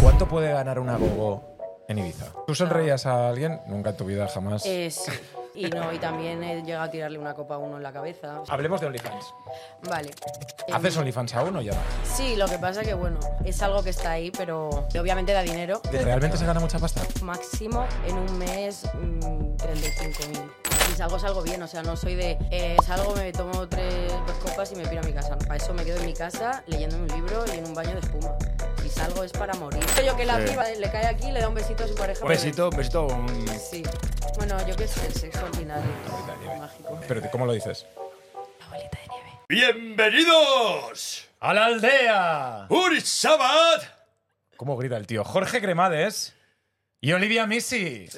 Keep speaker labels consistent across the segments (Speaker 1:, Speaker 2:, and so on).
Speaker 1: ¿Cuánto puede ganar una gogo en Ibiza? ¿Tú sonreías a alguien? Nunca en tu vida, jamás.
Speaker 2: Eh, sí. Y no, y también he llegado a tirarle una copa a uno en la cabeza.
Speaker 1: Hablemos de OnlyFans.
Speaker 2: Vale. Em,
Speaker 1: Ah, ¿Haces OnlyFans aún o ya no?
Speaker 2: Sí, lo que pasa que, bueno, es algo que está ahí, pero obviamente da dinero.
Speaker 1: ¿Realmente se gana mucha pasta?
Speaker 2: Máximo en un mes mm, 35.000. Si salgo, salgo bien. O sea, no soy de eh, salgo, me tomo tres, dos copas y me piro a mi casa. Para eso me quedo en mi casa leyendo un libro y en un baño de espuma. Si salgo es para morir. Yo que la
Speaker 3: Sí.
Speaker 2: piba le cae aquí, le da un besito a su pareja.
Speaker 1: Pues
Speaker 3: Un Pues besito, un besito. un-
Speaker 2: Sí. Bueno, yo qué sé, el sexo al final es mágico.
Speaker 1: Pero ¿cómo lo dices?
Speaker 2: Bolita de nieve.
Speaker 3: ¡Bienvenidos a la aldea! ¡Un Shabbat!
Speaker 1: Uh, ¿Cómo grita el tío? Jorge Cremades y Olivia Missy.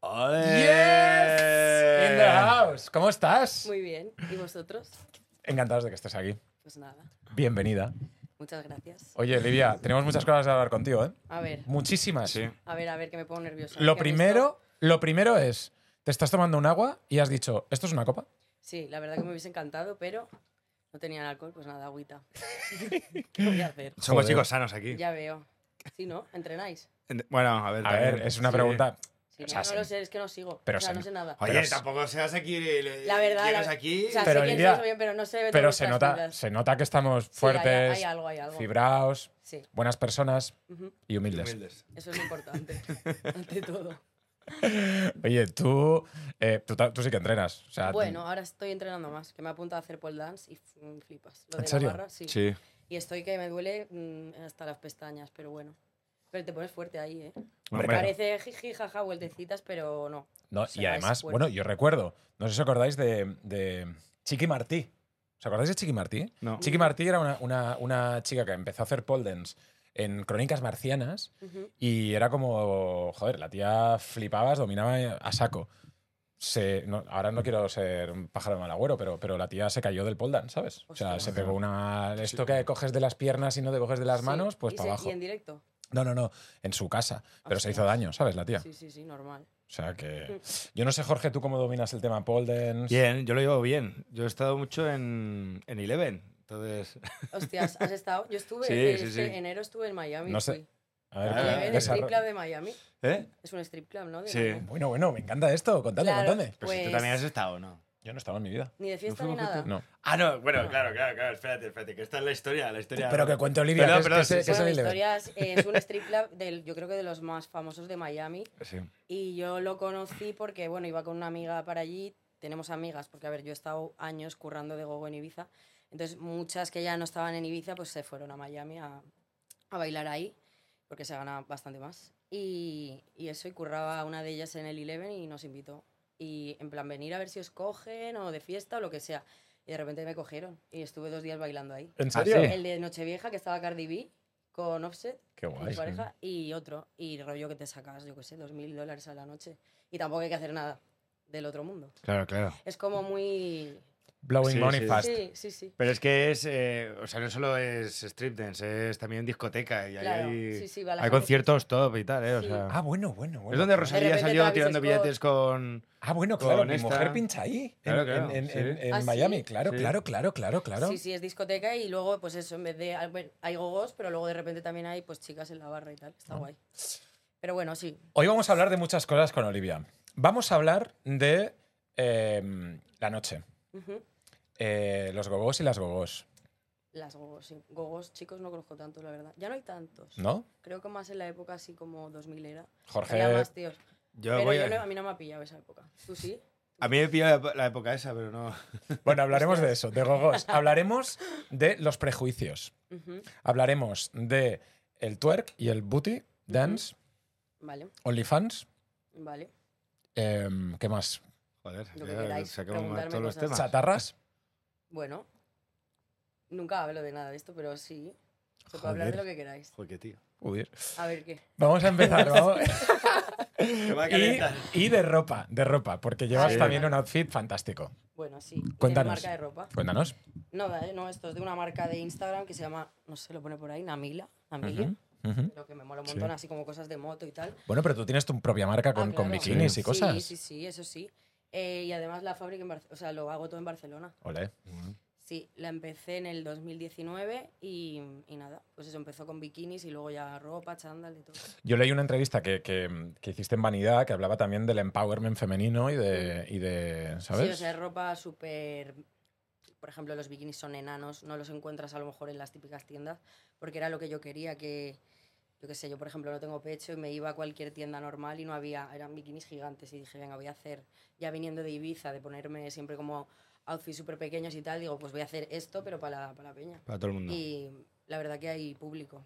Speaker 1: In
Speaker 3: Eh.
Speaker 1: the house. ¿Cómo estás?
Speaker 2: Muy bien. ¿Y vosotros?
Speaker 1: Encantados de que estés aquí.
Speaker 2: Pues nada.
Speaker 1: Bienvenida.
Speaker 2: Muchas gracias.
Speaker 1: Oye, Olivia, tenemos muchas cosas que hablar contigo, ¿eh?
Speaker 2: A ver,
Speaker 1: Muchísimas.
Speaker 3: Sí.
Speaker 2: a ver, a ver, que me pongo nerviosa.
Speaker 1: Lo
Speaker 2: ¿Qué has
Speaker 1: primero,
Speaker 2: visto?
Speaker 1: lo primero es, te estás tomando un agua y has dicho, ¿esto es una copa?
Speaker 2: Sí, la verdad que me hubiese encantado, pero no tenían alcohol, pues nada, agüita. ¿Qué voy a hacer?
Speaker 3: Somos
Speaker 1: Joder.
Speaker 3: chicos sanos aquí.
Speaker 2: Ya veo. Sí, ¿no? ¿Entrenáis?
Speaker 3: Ent- Bueno, a ver.
Speaker 1: A
Speaker 3: también.
Speaker 1: ver, es una
Speaker 3: Sí.
Speaker 1: pregunta.
Speaker 2: Sí,
Speaker 1: O sea,
Speaker 2: no, no lo
Speaker 1: sí.
Speaker 2: sé, es que no sigo.
Speaker 1: Pero
Speaker 2: o sea,
Speaker 1: sí.
Speaker 2: no sé nada.
Speaker 3: Oye,
Speaker 1: Pero sí.
Speaker 3: tampoco seas aquí. le-
Speaker 2: La verdad.
Speaker 3: Llegas
Speaker 2: la-
Speaker 3: aquí.
Speaker 2: O sea,
Speaker 1: Pero
Speaker 2: sé quién
Speaker 1: Lidia-
Speaker 2: sois bien, pero no sé.
Speaker 1: Pero se nota,
Speaker 2: Sí,
Speaker 1: se nota que estamos fuertes,
Speaker 2: hay, hay algo, hay algo.
Speaker 1: fibraos,
Speaker 2: Sí,
Speaker 1: buenas personas
Speaker 2: Ujú.
Speaker 1: y humildes.
Speaker 3: humildes.
Speaker 2: eso es lo importante. ante todo.
Speaker 1: Oye, tú, eh, tú, ta- tú sí que entrenas. O sea, te-
Speaker 2: Bueno, ahora estoy entrenando más, que me apunta a hacer pole dance y f- flipas. Lo
Speaker 1: ¿En
Speaker 2: de
Speaker 1: serio?
Speaker 2: la barra, sí.
Speaker 3: Sí.
Speaker 2: Y estoy que me duele mm, hasta las pestañas, pero bueno. Pero te pones fuerte ahí, ¿eh?
Speaker 1: Hombre,
Speaker 3: Bueno.
Speaker 2: Parece jiji, jaja, vueltecitas, pero no.
Speaker 1: no,
Speaker 2: o sea,
Speaker 1: y
Speaker 2: es
Speaker 1: además,
Speaker 2: fuerte.
Speaker 1: bueno, yo recuerdo, no sé si os acordáis de, de Chiqui Martí. ¿Os acordáis de Chiqui Martí?
Speaker 3: No.
Speaker 1: Chiqui Martí era una, una- una chica que empezó a hacer pole dance en Crónicas Marcianas
Speaker 2: Ujú.
Speaker 1: y era como, joder, la tía flipabas, dominaba a saco. Se- no, ahora no quiero ser un pájaro de mal agüero, pero, pero la tía se cayó del pole dance, ¿sabes? O sea,
Speaker 2: Ostras.
Speaker 1: se pegó una... Esto que coges de las piernas y no te coges de las
Speaker 2: Sí,
Speaker 1: manos, pues
Speaker 2: y
Speaker 1: para
Speaker 2: se-
Speaker 1: abajo.
Speaker 2: Y en directo.
Speaker 1: No, no, no, en su casa. Pero se hizo
Speaker 2: Ostras.
Speaker 1: daño, ¿sabes? La tía.
Speaker 2: Sí, Mm. sí, sí, normal.
Speaker 1: O sea que. Yo no sé, Jorge, tú cómo dominas el tema pole dance.
Speaker 3: Bien, yo lo llevo bien. Yo he estado mucho en, en Eleven. Entonces.
Speaker 2: Hostias, ¿has estado? Yo estuve,
Speaker 3: Sí,
Speaker 2: eh,
Speaker 3: sí,
Speaker 2: este
Speaker 3: sí.
Speaker 2: enero estuve en Miami.
Speaker 1: No sé,
Speaker 2: fui.
Speaker 1: A ver,
Speaker 3: Ah,
Speaker 2: Oye,
Speaker 1: ¿qué-
Speaker 3: eh,
Speaker 2: ¿El
Speaker 1: desarro-
Speaker 2: strip club de Miami?
Speaker 3: ¿Eh?
Speaker 2: Es un strip club, ¿no? De
Speaker 3: Sí.
Speaker 2: Miami.
Speaker 1: Bueno, bueno, me encanta esto. Contadme,
Speaker 2: Claro.
Speaker 1: contadme.
Speaker 3: Pues, si tú
Speaker 2: Pues-
Speaker 3: también has estado, ¿no?
Speaker 1: Yo no estaba en mi vida.
Speaker 2: Ni de fiesta ni
Speaker 3: fuimos
Speaker 2: nada.
Speaker 3: juntos?
Speaker 1: No.
Speaker 3: Ah, no, bueno, claro, claro, claro. Espérate, espérate, que esta es la historia, la historia.
Speaker 1: Pero que cuente Olivia.
Speaker 3: Perdón,
Speaker 1: que es-
Speaker 3: perdón,
Speaker 1: que es-
Speaker 3: sí, sí,
Speaker 1: que es
Speaker 2: Bueno,
Speaker 1: el
Speaker 2: la
Speaker 1: nivel.
Speaker 2: historia es, eh, es un strip club, del, yo creo que de los más famosos de Miami.
Speaker 3: Sí.
Speaker 2: Y yo lo conocí porque, bueno, iba con una amiga para allí. Tenemos amigas, porque, a ver, yo he estado años currando de gogo en Ibiza. Entonces, muchas que ya no estaban en Ibiza, pues se fueron a Miami a, a bailar ahí, porque se gana bastante más. Y, y eso, y curraba una de ellas en el Eleven y nos invitó. Y en plan, venir a ver si os cogen o de fiesta o lo que sea. Y de repente me cogieron y estuve dos días bailando ahí.
Speaker 1: ¿En
Speaker 3: Ah,
Speaker 1: serio?
Speaker 3: sí.
Speaker 2: El de Nochevieja, que estaba Cardi B con Offset,
Speaker 1: Qué
Speaker 2: mi
Speaker 1: guay.
Speaker 2: pareja, y otro. Y rollo que te sacas, yo qué sé, dos mil dólares a la noche. Y tampoco hay que hacer nada del otro mundo.
Speaker 3: Claro, claro.
Speaker 2: Es como muy...
Speaker 1: Blowing
Speaker 3: Sí,
Speaker 1: money
Speaker 3: sí.
Speaker 1: fast.
Speaker 2: Sí, sí, sí.
Speaker 3: Pero es que es, eh, o sea, no solo es strip dance, es también discoteca y ahí
Speaker 2: Claro,
Speaker 3: hay,
Speaker 2: sí, sí, va la
Speaker 3: hay
Speaker 2: gente-
Speaker 3: conciertos top y tal, ¿eh? O
Speaker 2: Sí.
Speaker 3: sea,
Speaker 1: Ah, bueno, bueno, bueno.
Speaker 3: es donde
Speaker 2: De
Speaker 3: Rosalía
Speaker 2: repente
Speaker 3: salió
Speaker 2: Travis
Speaker 3: tirando
Speaker 2: Scott.
Speaker 3: billetes con...
Speaker 1: Ah, bueno, claro.
Speaker 3: Con
Speaker 1: Mi
Speaker 3: esta-
Speaker 1: mujer pincha ahí. en-
Speaker 3: Claro, claro,
Speaker 1: En, en-
Speaker 3: sí.
Speaker 1: en- en
Speaker 2: ¿Ah, sí?
Speaker 1: Miami. Claro,
Speaker 3: Sí.
Speaker 1: claro, claro, claro, claro.
Speaker 2: Sí, sí, es discoteca y luego, pues eso, en vez de... a ver, Hay gogos, pero luego de repente también hay pues chicas en la barra y tal. Está
Speaker 3: Ah.
Speaker 2: guay. Pero bueno, sí.
Speaker 1: Hoy vamos a hablar de muchas cosas con Olivia. Vamos a hablar de em, la noche.
Speaker 2: Ujú.
Speaker 1: Eh, los gogos y las gogos,
Speaker 2: Las gogos, sí. Gogos, chicos, no conozco tantos, la verdad. Ya no hay tantos.
Speaker 1: ¿no?
Speaker 2: Creo que más en la época así como 2000 era. Había
Speaker 1: Jorge,
Speaker 2: más tíos.
Speaker 3: Yo
Speaker 2: Pero
Speaker 3: voy
Speaker 2: yo
Speaker 3: a...
Speaker 2: no- a mí no me ha pillado esa época. ¿Tú sí?
Speaker 3: a mí me pilló la, la época esa, pero no...
Speaker 1: Bueno, hablaremos de eso, de gogos. Hablaremos de los prejuicios.
Speaker 2: Ujú.
Speaker 1: Hablaremos de el twerk y el booty, dance,
Speaker 2: Vale,
Speaker 1: OnlyFans.
Speaker 2: vale.
Speaker 1: em, ¿Qué más?
Speaker 3: Joder,
Speaker 2: Lo que
Speaker 3: ya
Speaker 2: queráis,
Speaker 3: sacamos más
Speaker 2: preguntarme
Speaker 3: todos los
Speaker 2: cosas.
Speaker 3: temas.
Speaker 1: Chatarras.
Speaker 2: Bueno, nunca hablo de nada de esto, pero sí. Se puede hablar de
Speaker 1: Joder.
Speaker 2: lo que queráis.
Speaker 3: Joder, qué tío.
Speaker 1: Joder.
Speaker 2: A ver qué.
Speaker 1: Vamos a empezar. vamos.
Speaker 3: Me va a
Speaker 1: Y,
Speaker 3: calentar.
Speaker 1: y de ropa, de ropa, porque llevas
Speaker 3: Sí.
Speaker 1: también un outfit fantástico.
Speaker 2: Bueno, sí. ¿Y
Speaker 1: Cuéntanos.
Speaker 2: tiene marca de ropa?
Speaker 1: Cuéntanos.
Speaker 2: No, da- eh, no, esto es de una marca de Instagram que se llama, no sé, lo pone por ahí, Namila. Namila.
Speaker 1: Ujú, ujú.
Speaker 2: Lo que me mola un montón, así como cosas de moto y tal.
Speaker 1: Bueno, pero tú tienes tu propia marca con,
Speaker 2: Ah,
Speaker 1: con
Speaker 2: claro.
Speaker 1: bikinis y cosas.
Speaker 2: Sí, sí, sí, eso sí. Eh, y además la fábrica, en Barce- o sea, lo hago todo en Barcelona.
Speaker 1: Ole.
Speaker 2: Sí, la empecé en el 2019 y, y nada, pues eso empezó con bikinis y luego ya ropa, chándal y todo.
Speaker 1: Yo leí una entrevista que, que- que hiciste en Vanidad que hablaba también del empowerment femenino y de, y de ¿sabes?
Speaker 2: Mm. Sí, o sea, es ropa súper... Por ejemplo, los bikinis son enanos, no los encuentras a lo mejor en las típicas tiendas, porque era lo que yo quería, que... Yo qué sé, yo por ejemplo no tengo pecho y me iba a cualquier tienda normal y no había... Eran bikinis gigantes y dije, venga, voy a hacer... Ya viniendo de Ibiza, de ponerme siempre como outfits súper pequeños y tal, digo, pues voy a hacer esto, pero para la, para la peña.
Speaker 3: Para todo el mundo.
Speaker 2: Y la verdad que hay público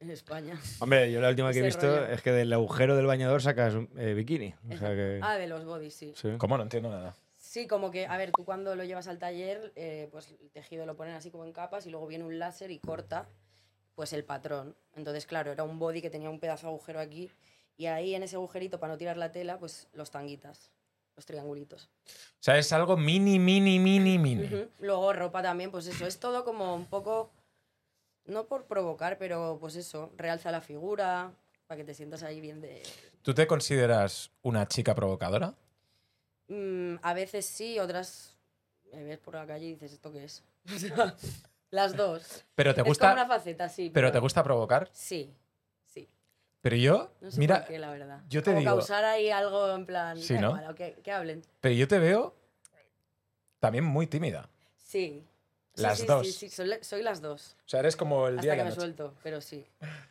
Speaker 2: en España.
Speaker 3: Hombre, yo la última que he
Speaker 2: Ese
Speaker 3: visto
Speaker 2: rollo.
Speaker 3: es que del agujero del bañador sacas eh, bikini. O sea que.
Speaker 2: Ah, de los bodys, sí.
Speaker 3: sí.
Speaker 1: ¿Cómo? No entiendo nada.
Speaker 2: Sí, como que, a ver, tú cuando lo llevas al taller, eh, pues el tejido lo ponen así como en capas y luego viene un láser y corta pues el patrón. Entonces, claro, era un body que tenía un pedazo de agujero aquí y ahí en ese agujerito, para no tirar la tela, pues los tanguitas, los triangulitos.
Speaker 1: O sea, es algo mini, mini, mini, mini.
Speaker 2: Ujú. Luego ropa también, pues eso, es todo como un poco, no por provocar, pero pues eso, realza la figura, para que te sientas ahí bien de...
Speaker 1: ¿Tú te consideras una chica provocadora?
Speaker 2: Mm, a veces sí, otras me ves por la calle y dices, ¿esto qué es? O sea, Las dos.
Speaker 1: Pero te
Speaker 2: Es como
Speaker 1: gusta,
Speaker 2: una faceta, sí.
Speaker 1: pero te gusta provocar.
Speaker 2: Sí, sí.
Speaker 1: Pero yo,
Speaker 2: No sé
Speaker 1: mira,
Speaker 2: por qué, la verdad.
Speaker 1: yo te
Speaker 2: como
Speaker 1: digo-
Speaker 2: causar ahí algo en plan...
Speaker 1: Sí,
Speaker 2: da
Speaker 1: ¿no?
Speaker 2: igual, que, que hablen.
Speaker 1: pero yo te veo también muy tímida.
Speaker 2: Sí. Sí,
Speaker 1: Las
Speaker 2: sí, sí,
Speaker 1: dos.
Speaker 2: Sí, soy, la- soy las dos.
Speaker 1: O sea, eres como el día y
Speaker 2: hasta que
Speaker 1: la
Speaker 2: me
Speaker 1: noche.
Speaker 2: suelto, pero sí.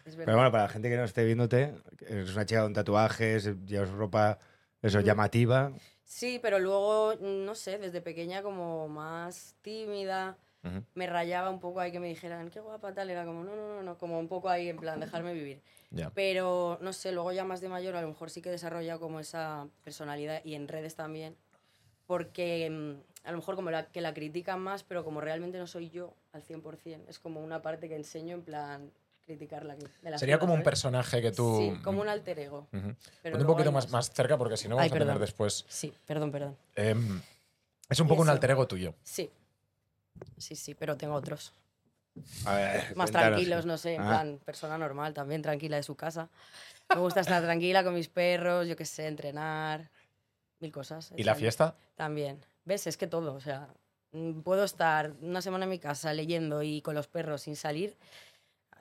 Speaker 2: Es verdad.
Speaker 3: Pero bueno, para la gente que no esté viéndote, eres una chica con tatuajes, llevas ropa eso,
Speaker 2: Mm.
Speaker 3: llamativa.
Speaker 2: Sí, pero luego, no sé, desde pequeña como más tímida,
Speaker 1: Ujú.
Speaker 2: me rayaba un poco ahí que me dijeran, qué guapa tal, era como, no, no, no, no, como un poco ahí en plan, dejarme vivir.
Speaker 1: Ya.
Speaker 2: Pero no sé, luego ya más de mayor a lo mejor sí que he desarrollado como esa personalidad y en redes también, porque mm, a lo mejor como la, que la critican más, pero como realmente no soy yo al 100%, es como una parte que enseño en plan criticarla. que- de las
Speaker 1: Sería
Speaker 2: otras,
Speaker 1: como un
Speaker 2: ¿sabes?
Speaker 1: personaje que tú.
Speaker 2: Sí, como un alter ego.
Speaker 1: Ujú.
Speaker 2: pero
Speaker 1: Ponte un
Speaker 2: luego
Speaker 1: poquito
Speaker 2: hay
Speaker 1: más, más cerca porque si no vamos
Speaker 2: Ay,
Speaker 1: a tener
Speaker 2: perdón.
Speaker 1: después.
Speaker 2: Sí, perdón, perdón.
Speaker 1: Em, es un poco un
Speaker 2: Eso.
Speaker 1: alter ego tuyo.
Speaker 2: Sí. Sí, sí, pero tengo otros.
Speaker 3: A ver,
Speaker 2: Más
Speaker 3: cuéntanos.
Speaker 2: tranquilos, no sé, en
Speaker 3: Ah.
Speaker 2: plan, persona normal también, tranquila de su casa. Me gusta estar tranquila con mis perros, yo qué sé, entrenar, mil cosas.
Speaker 1: ¿Y la
Speaker 2: echarle.
Speaker 1: fiesta?
Speaker 2: También. ¿Ves? Es que todo, o sea, mm, puedo estar una semana en mi casa leyendo y con los perros sin salir,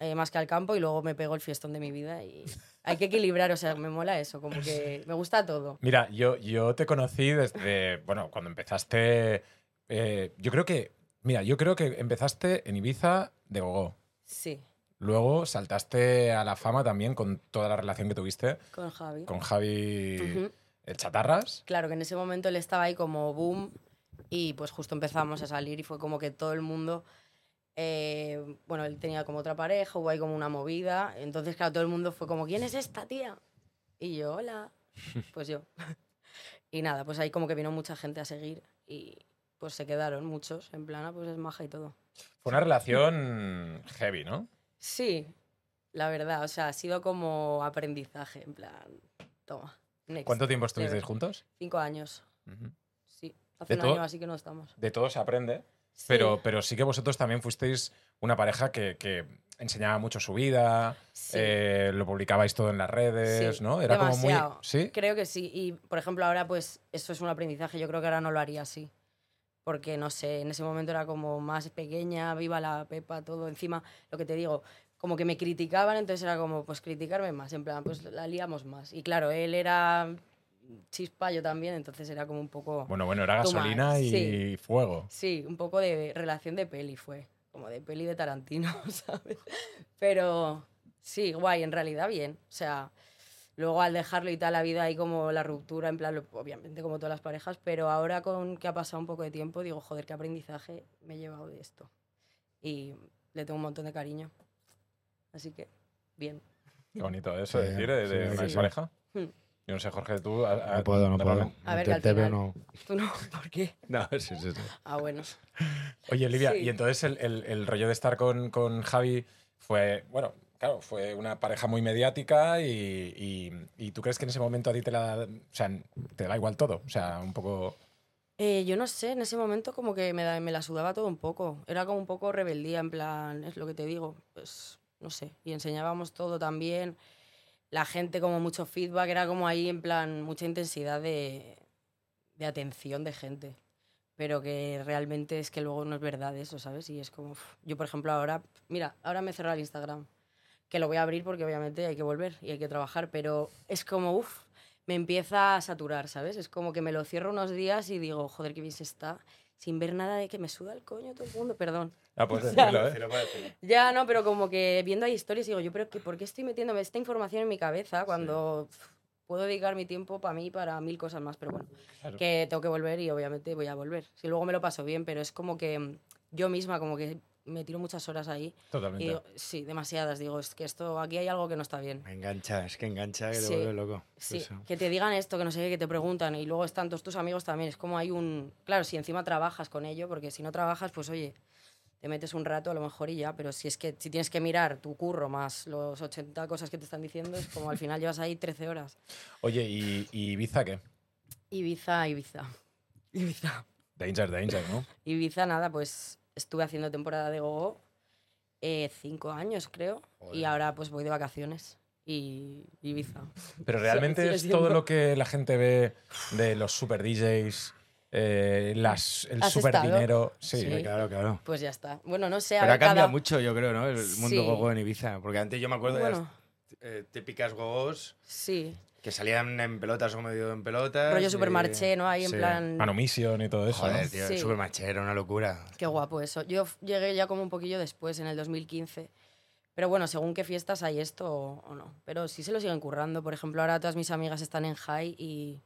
Speaker 2: eh, más que al campo, y luego me pego el fiestón de mi vida y hay que equilibrar, o sea, me mola eso, como que me gusta todo.
Speaker 1: Mira, yo, yo te conocí desde. Bueno, cuando empezaste. eh, yo creo que. Mira, yo creo que empezaste en Ibiza de Gogó.
Speaker 2: Sí,
Speaker 1: Luego saltaste a la fama también con toda la relación que tuviste
Speaker 2: con Javi.
Speaker 1: con Javi
Speaker 2: Ujú.
Speaker 1: el Chatarras.
Speaker 2: Claro, que en ese momento él estaba ahí como boom y pues justo empezamos a salir y fue como que todo el mundo, eh, bueno, él tenía como otra pareja, hubo ahí como una movida, entonces claro, todo el mundo fue como, ¿quién es esta tía? Y yo, hola, pues yo. y nada, pues ahí como que vino mucha gente a seguir y pues se quedaron muchos, en plana, pues es maja y todo.
Speaker 1: Fue una relación heavy, ¿no?
Speaker 2: Sí, la verdad, o sea, ha sido como aprendizaje, en plan, toma, next.
Speaker 1: ¿Cuánto tiempo estuvisteis juntos?
Speaker 2: Cinco años,
Speaker 1: Ujú.
Speaker 2: sí. Hace
Speaker 1: ¿De
Speaker 2: un
Speaker 1: todo?
Speaker 2: año así que no estamos.
Speaker 1: De todo se aprende,
Speaker 2: Sí.
Speaker 1: pero, pero sí que vosotros también fuisteis una pareja que, que enseñaba mucho su vida,
Speaker 2: Sí.
Speaker 1: eh, lo publicabais todo en las redes,
Speaker 2: Sí,
Speaker 1: ¿no? Era como muy...
Speaker 2: demasiado.
Speaker 1: Sí,
Speaker 2: Creo que sí. Y, por ejemplo, ahora, pues, eso es un aprendizaje. Yo creo que ahora no lo haría así. Porque, no sé, en ese momento era como más pequeña, viva la pepa, todo. Encima, lo que te digo, como que me criticaban, entonces era como, pues, criticarme más. En plan, pues, la liamos más. Y claro, él era chispa, yo también, entonces era como un poco...
Speaker 1: bueno, bueno, era
Speaker 2: Toma,
Speaker 1: gasolina y
Speaker 2: sí.
Speaker 1: fuego.
Speaker 2: Sí, un poco de relación de peli fue. Como de peli de Tarantino, ¿sabes? Pero sí, guay, en realidad bien. O sea, luego al dejarlo y tal, la vida hay como la ruptura, en plan, lo- obviamente como todas las parejas, pero ahora con que ha pasado un poco de tiempo, digo, joder, qué aprendizaje me he llevado de esto. Y le tengo un montón de cariño. Así que, bien.
Speaker 1: Qué bonito eso
Speaker 3: Sí,
Speaker 1: decir, de, de
Speaker 3: sí,
Speaker 1: una
Speaker 2: sí.
Speaker 1: pareja.
Speaker 2: Hmm.
Speaker 1: Yo no sé, Jorge, tú... a- a-
Speaker 3: No puedo, no puedo.
Speaker 2: A ver,
Speaker 3: Te-
Speaker 2: que al
Speaker 3: te veo,
Speaker 2: final-
Speaker 3: no.
Speaker 2: ¿Tú no? ¿Por qué?
Speaker 3: No, sí, sí, sí.
Speaker 2: Ah, bueno.
Speaker 1: Oye, Olivia,
Speaker 2: Sí.
Speaker 1: y entonces el, el- el rollo de estar con, con Javi fue, bueno, claro, fue una pareja muy mediática y, y- y tú crees que en ese momento a ti te la, o sea, te da igual todo, o sea, un poco...
Speaker 2: Eh, yo no sé, en ese momento como que me, da- me la sudaba todo un poco. Era como un poco rebeldía, en plan, es lo que te digo, pues no sé. Y enseñábamos todo también. La gente como mucho feedback, era como ahí en plan mucha intensidad de, de atención de gente. pero que realmente es que luego no es verdad eso, ¿sabes? Y es como, uf. yo por ejemplo ahora, mira, ahora me cerrado el Instagram, que lo voy a abrir porque obviamente hay que volver y hay que trabajar, pero es como, uff, me empieza a saturar, ¿sabes? Es como que me lo cierro unos días y digo, joder, qué bien se está, sin ver nada de que me suda el coño todo el mundo, perdón.
Speaker 1: Ah, pues decirlo, ¿eh?
Speaker 3: Decilo, puedes decirlo.
Speaker 2: Ya, no, pero como que viendo ahí historias digo, yo, pero que, ¿por qué estoy metiéndome esta información en mi cabeza cuando pf, puedo dedicar mi tiempo para mí, para mil cosas más? Pero bueno,
Speaker 1: Claro.
Speaker 2: que tengo que volver y obviamente voy a volver. Si luego me lo paso bien, pero es como que mm, yo misma como que me tiro muchas horas ahí.
Speaker 1: Totalmente.
Speaker 2: Y digo, sí, demasiadas. Digo, es que esto, aquí hay algo que no está bien.
Speaker 3: Me engancha, es que engancha que
Speaker 2: Sí.
Speaker 3: te vuelve loco.
Speaker 2: Sí,
Speaker 3: Eso.
Speaker 2: que te digan esto, que no sé qué, que te preguntan y luego están todos tus amigos también. Es como hay un... Claro, si encima trabajas con ello, porque si no trabajas, pues oye, te metes un rato a lo mejor y ya, pero si es que si tienes que mirar tu curro más los 80 cosas que te están diciendo, es como al final llevas ahí 13 horas.
Speaker 1: Oye, ¿y, ¿y Ibiza qué?
Speaker 2: Ibiza, Ibiza. Ibiza.
Speaker 1: Danger, danger, ¿no?
Speaker 2: Ibiza, nada, pues estuve haciendo temporada de gogo eh, cinco años, creo. Y
Speaker 3: Joder.
Speaker 2: ahora pues voy de vacaciones. Y Ibiza.
Speaker 1: Pero realmente
Speaker 2: sigue
Speaker 1: es
Speaker 2: siendo-
Speaker 1: todo lo que la gente ve de los super DJs, eh, las, el
Speaker 2: ¿Has
Speaker 1: super
Speaker 2: estado?
Speaker 1: dinero. Sí,
Speaker 2: Sí.
Speaker 3: Claro, claro.
Speaker 2: Pues ya está. Bueno, no sé. a
Speaker 3: Pero ha
Speaker 2: ver, cada-
Speaker 3: cambiado mucho, yo creo, ¿no? El mundo
Speaker 2: Sí.
Speaker 3: gogo en Ibiza. Porque antes yo me acuerdo de
Speaker 2: Bueno,
Speaker 3: las eh, típicas gogos
Speaker 2: sí.
Speaker 3: que salían en pelotas o medio en pelotas.
Speaker 2: Rollo
Speaker 3: y-
Speaker 2: supermarché, ¿no? Ahí en
Speaker 3: Sí.
Speaker 2: plan...
Speaker 1: Manu Mission y todo eso. ¿no?
Speaker 3: Joder, tío,
Speaker 2: Sí.
Speaker 3: el supermarché era una locura.
Speaker 2: Qué guapo eso. Yo f- llegué ya como un poquillo después, en el 2015. Pero bueno, según qué fiestas hay esto o, o no. Pero sí se lo siguen currando. Por ejemplo, ahora todas mis amigas están en high y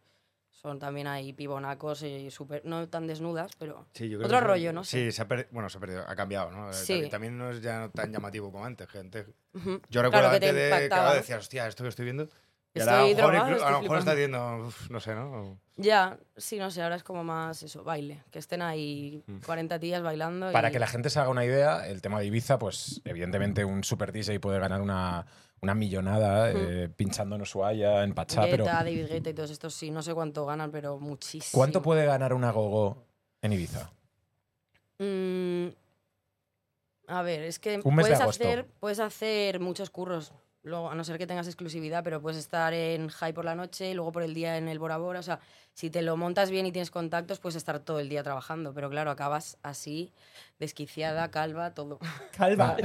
Speaker 2: son también ahí pibonacos y súper... No tan desnudas, pero...
Speaker 3: Sí, yo creo
Speaker 2: Otro
Speaker 3: que-
Speaker 2: rollo, ¿no?
Speaker 3: Sí, se ha per- bueno, se ha perdido, ha cambiado, ¿no? Eh,
Speaker 2: Sí.
Speaker 3: tam- También no es ya tan llamativo como antes, gente.
Speaker 2: Ujú.
Speaker 3: Yo recuerdo
Speaker 2: que te
Speaker 3: antes de que
Speaker 2: impactaba,
Speaker 3: ahora
Speaker 2: ¿no?
Speaker 3: decías, hostia, esto que estoy viendo. Y
Speaker 2: Estoy
Speaker 3: ahora a lo mejor,
Speaker 2: drogado,
Speaker 3: inclu- a
Speaker 2: estoy
Speaker 3: lo mejor está
Speaker 2: flipando.
Speaker 3: diciendo, "Uf, no sé, ¿no?
Speaker 2: Ya, sí, no sé, ahora es como más eso, baile. Que estén ahí 40 tías bailando.
Speaker 1: Mm. Para
Speaker 2: y-
Speaker 1: que la gente se haga una idea, el tema de Ibiza, pues evidentemente un super DJ puede ganar una, una millonada eh, pinchando en Ushuaia, en Pachá, pero
Speaker 2: Guetta, David Guetta y todos estos, sí, no sé cuánto ganan, pero muchísimo.
Speaker 1: ¿cuánto puede ganar una gogo en Ibiza?
Speaker 2: Mm, a ver, es que
Speaker 1: Un mes de
Speaker 2: puedes,
Speaker 1: agosto.
Speaker 2: hacer, puedes hacer muchos curros. Luego, a no ser que tengas exclusividad, pero puedes estar en High por la noche y luego por el día en el Bora Bora. O sea, si te lo montas bien y tienes contactos, puedes estar todo el día trabajando. Pero claro, acabas así, desquiciada, calva, todo.
Speaker 1: Calva.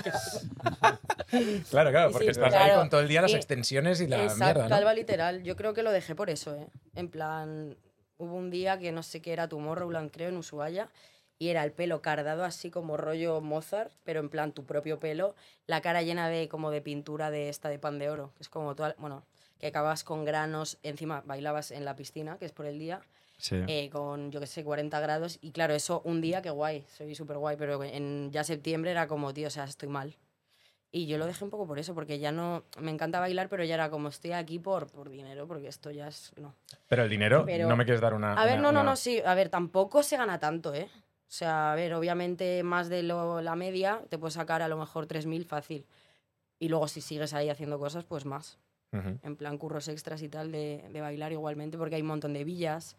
Speaker 1: claro, claro, porque
Speaker 2: Sí,
Speaker 1: estás ahí
Speaker 2: claro.
Speaker 1: con todo el día las
Speaker 2: Sí.
Speaker 1: extensiones y la
Speaker 2: Exacto,
Speaker 1: mierda, ¿no?
Speaker 2: Alba literal. Yo creo que lo dejé por eso, ¿eh? En plan, hubo un día que no sé qué era Tomorrowland, creo, en Ushuaia, y era el pelo cardado así como rollo Mozart, pero en plan tu propio pelo, la cara llena de como de pintura de esta de pan de oro, que es como toda, bueno, que acabas con granos, encima bailabas en la piscina, que es por el día,
Speaker 3: Sí.
Speaker 2: eh, con, yo qué sé, 40 grados. Y claro, eso un día, que guay, soy súper guay, pero en ya septiembre era como, tío, o sea, estoy mal. Y yo lo dejé un poco por eso, porque ya no, me encanta bailar, pero ya era como, estoy aquí por, por dinero, porque esto ya es, no.
Speaker 1: Pero el dinero,
Speaker 2: Pero-
Speaker 1: no me quieres dar una.
Speaker 2: A ver,
Speaker 1: Ah, una-
Speaker 2: no, no,
Speaker 1: una-
Speaker 2: no, sí, a ver, tampoco se gana tanto, ¿eh? O sea, a ver, obviamente más de lo, la media, te puedes sacar a lo mejor 3.000 fácil. Y luego si sigues ahí haciendo cosas, pues más
Speaker 1: Ujú.
Speaker 2: en plan curros extras y tal de, de bailar igualmente, porque hay un montón de villas.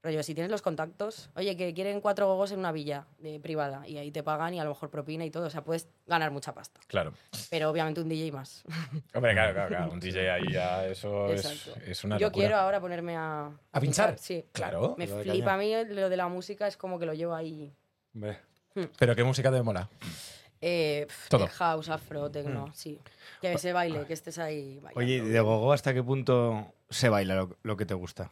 Speaker 2: Rollo, si tienes los contactos, oye, que quieren cuatro gogos en una villa de privada y ahí te pagan y a lo mejor propina y todo, o sea, puedes ganar mucha pasta,
Speaker 1: Claro.
Speaker 2: pero obviamente un DJ más.
Speaker 1: Hombre, claro, claro, claro. Un DJ ahí ya, eso es,
Speaker 2: Exacto.
Speaker 1: es una
Speaker 2: Yo
Speaker 1: locura.
Speaker 2: quiero ahora ponerme a...
Speaker 1: ¿A pinchar?
Speaker 2: Sí.
Speaker 1: Claro.
Speaker 2: Me
Speaker 3: Lo de
Speaker 2: flipa a mí lo de la música, es como que lo llevo ahí.
Speaker 3: Hombre.
Speaker 1: Pero qué música te mola.
Speaker 2: Eh, pf,
Speaker 1: Todo. Mm.
Speaker 2: tech house, afro, tecno, sí. Que se baile, que estés ahí bailando.
Speaker 3: Oye, ¿y de gogo hasta qué punto se baila lo, lo que te gusta?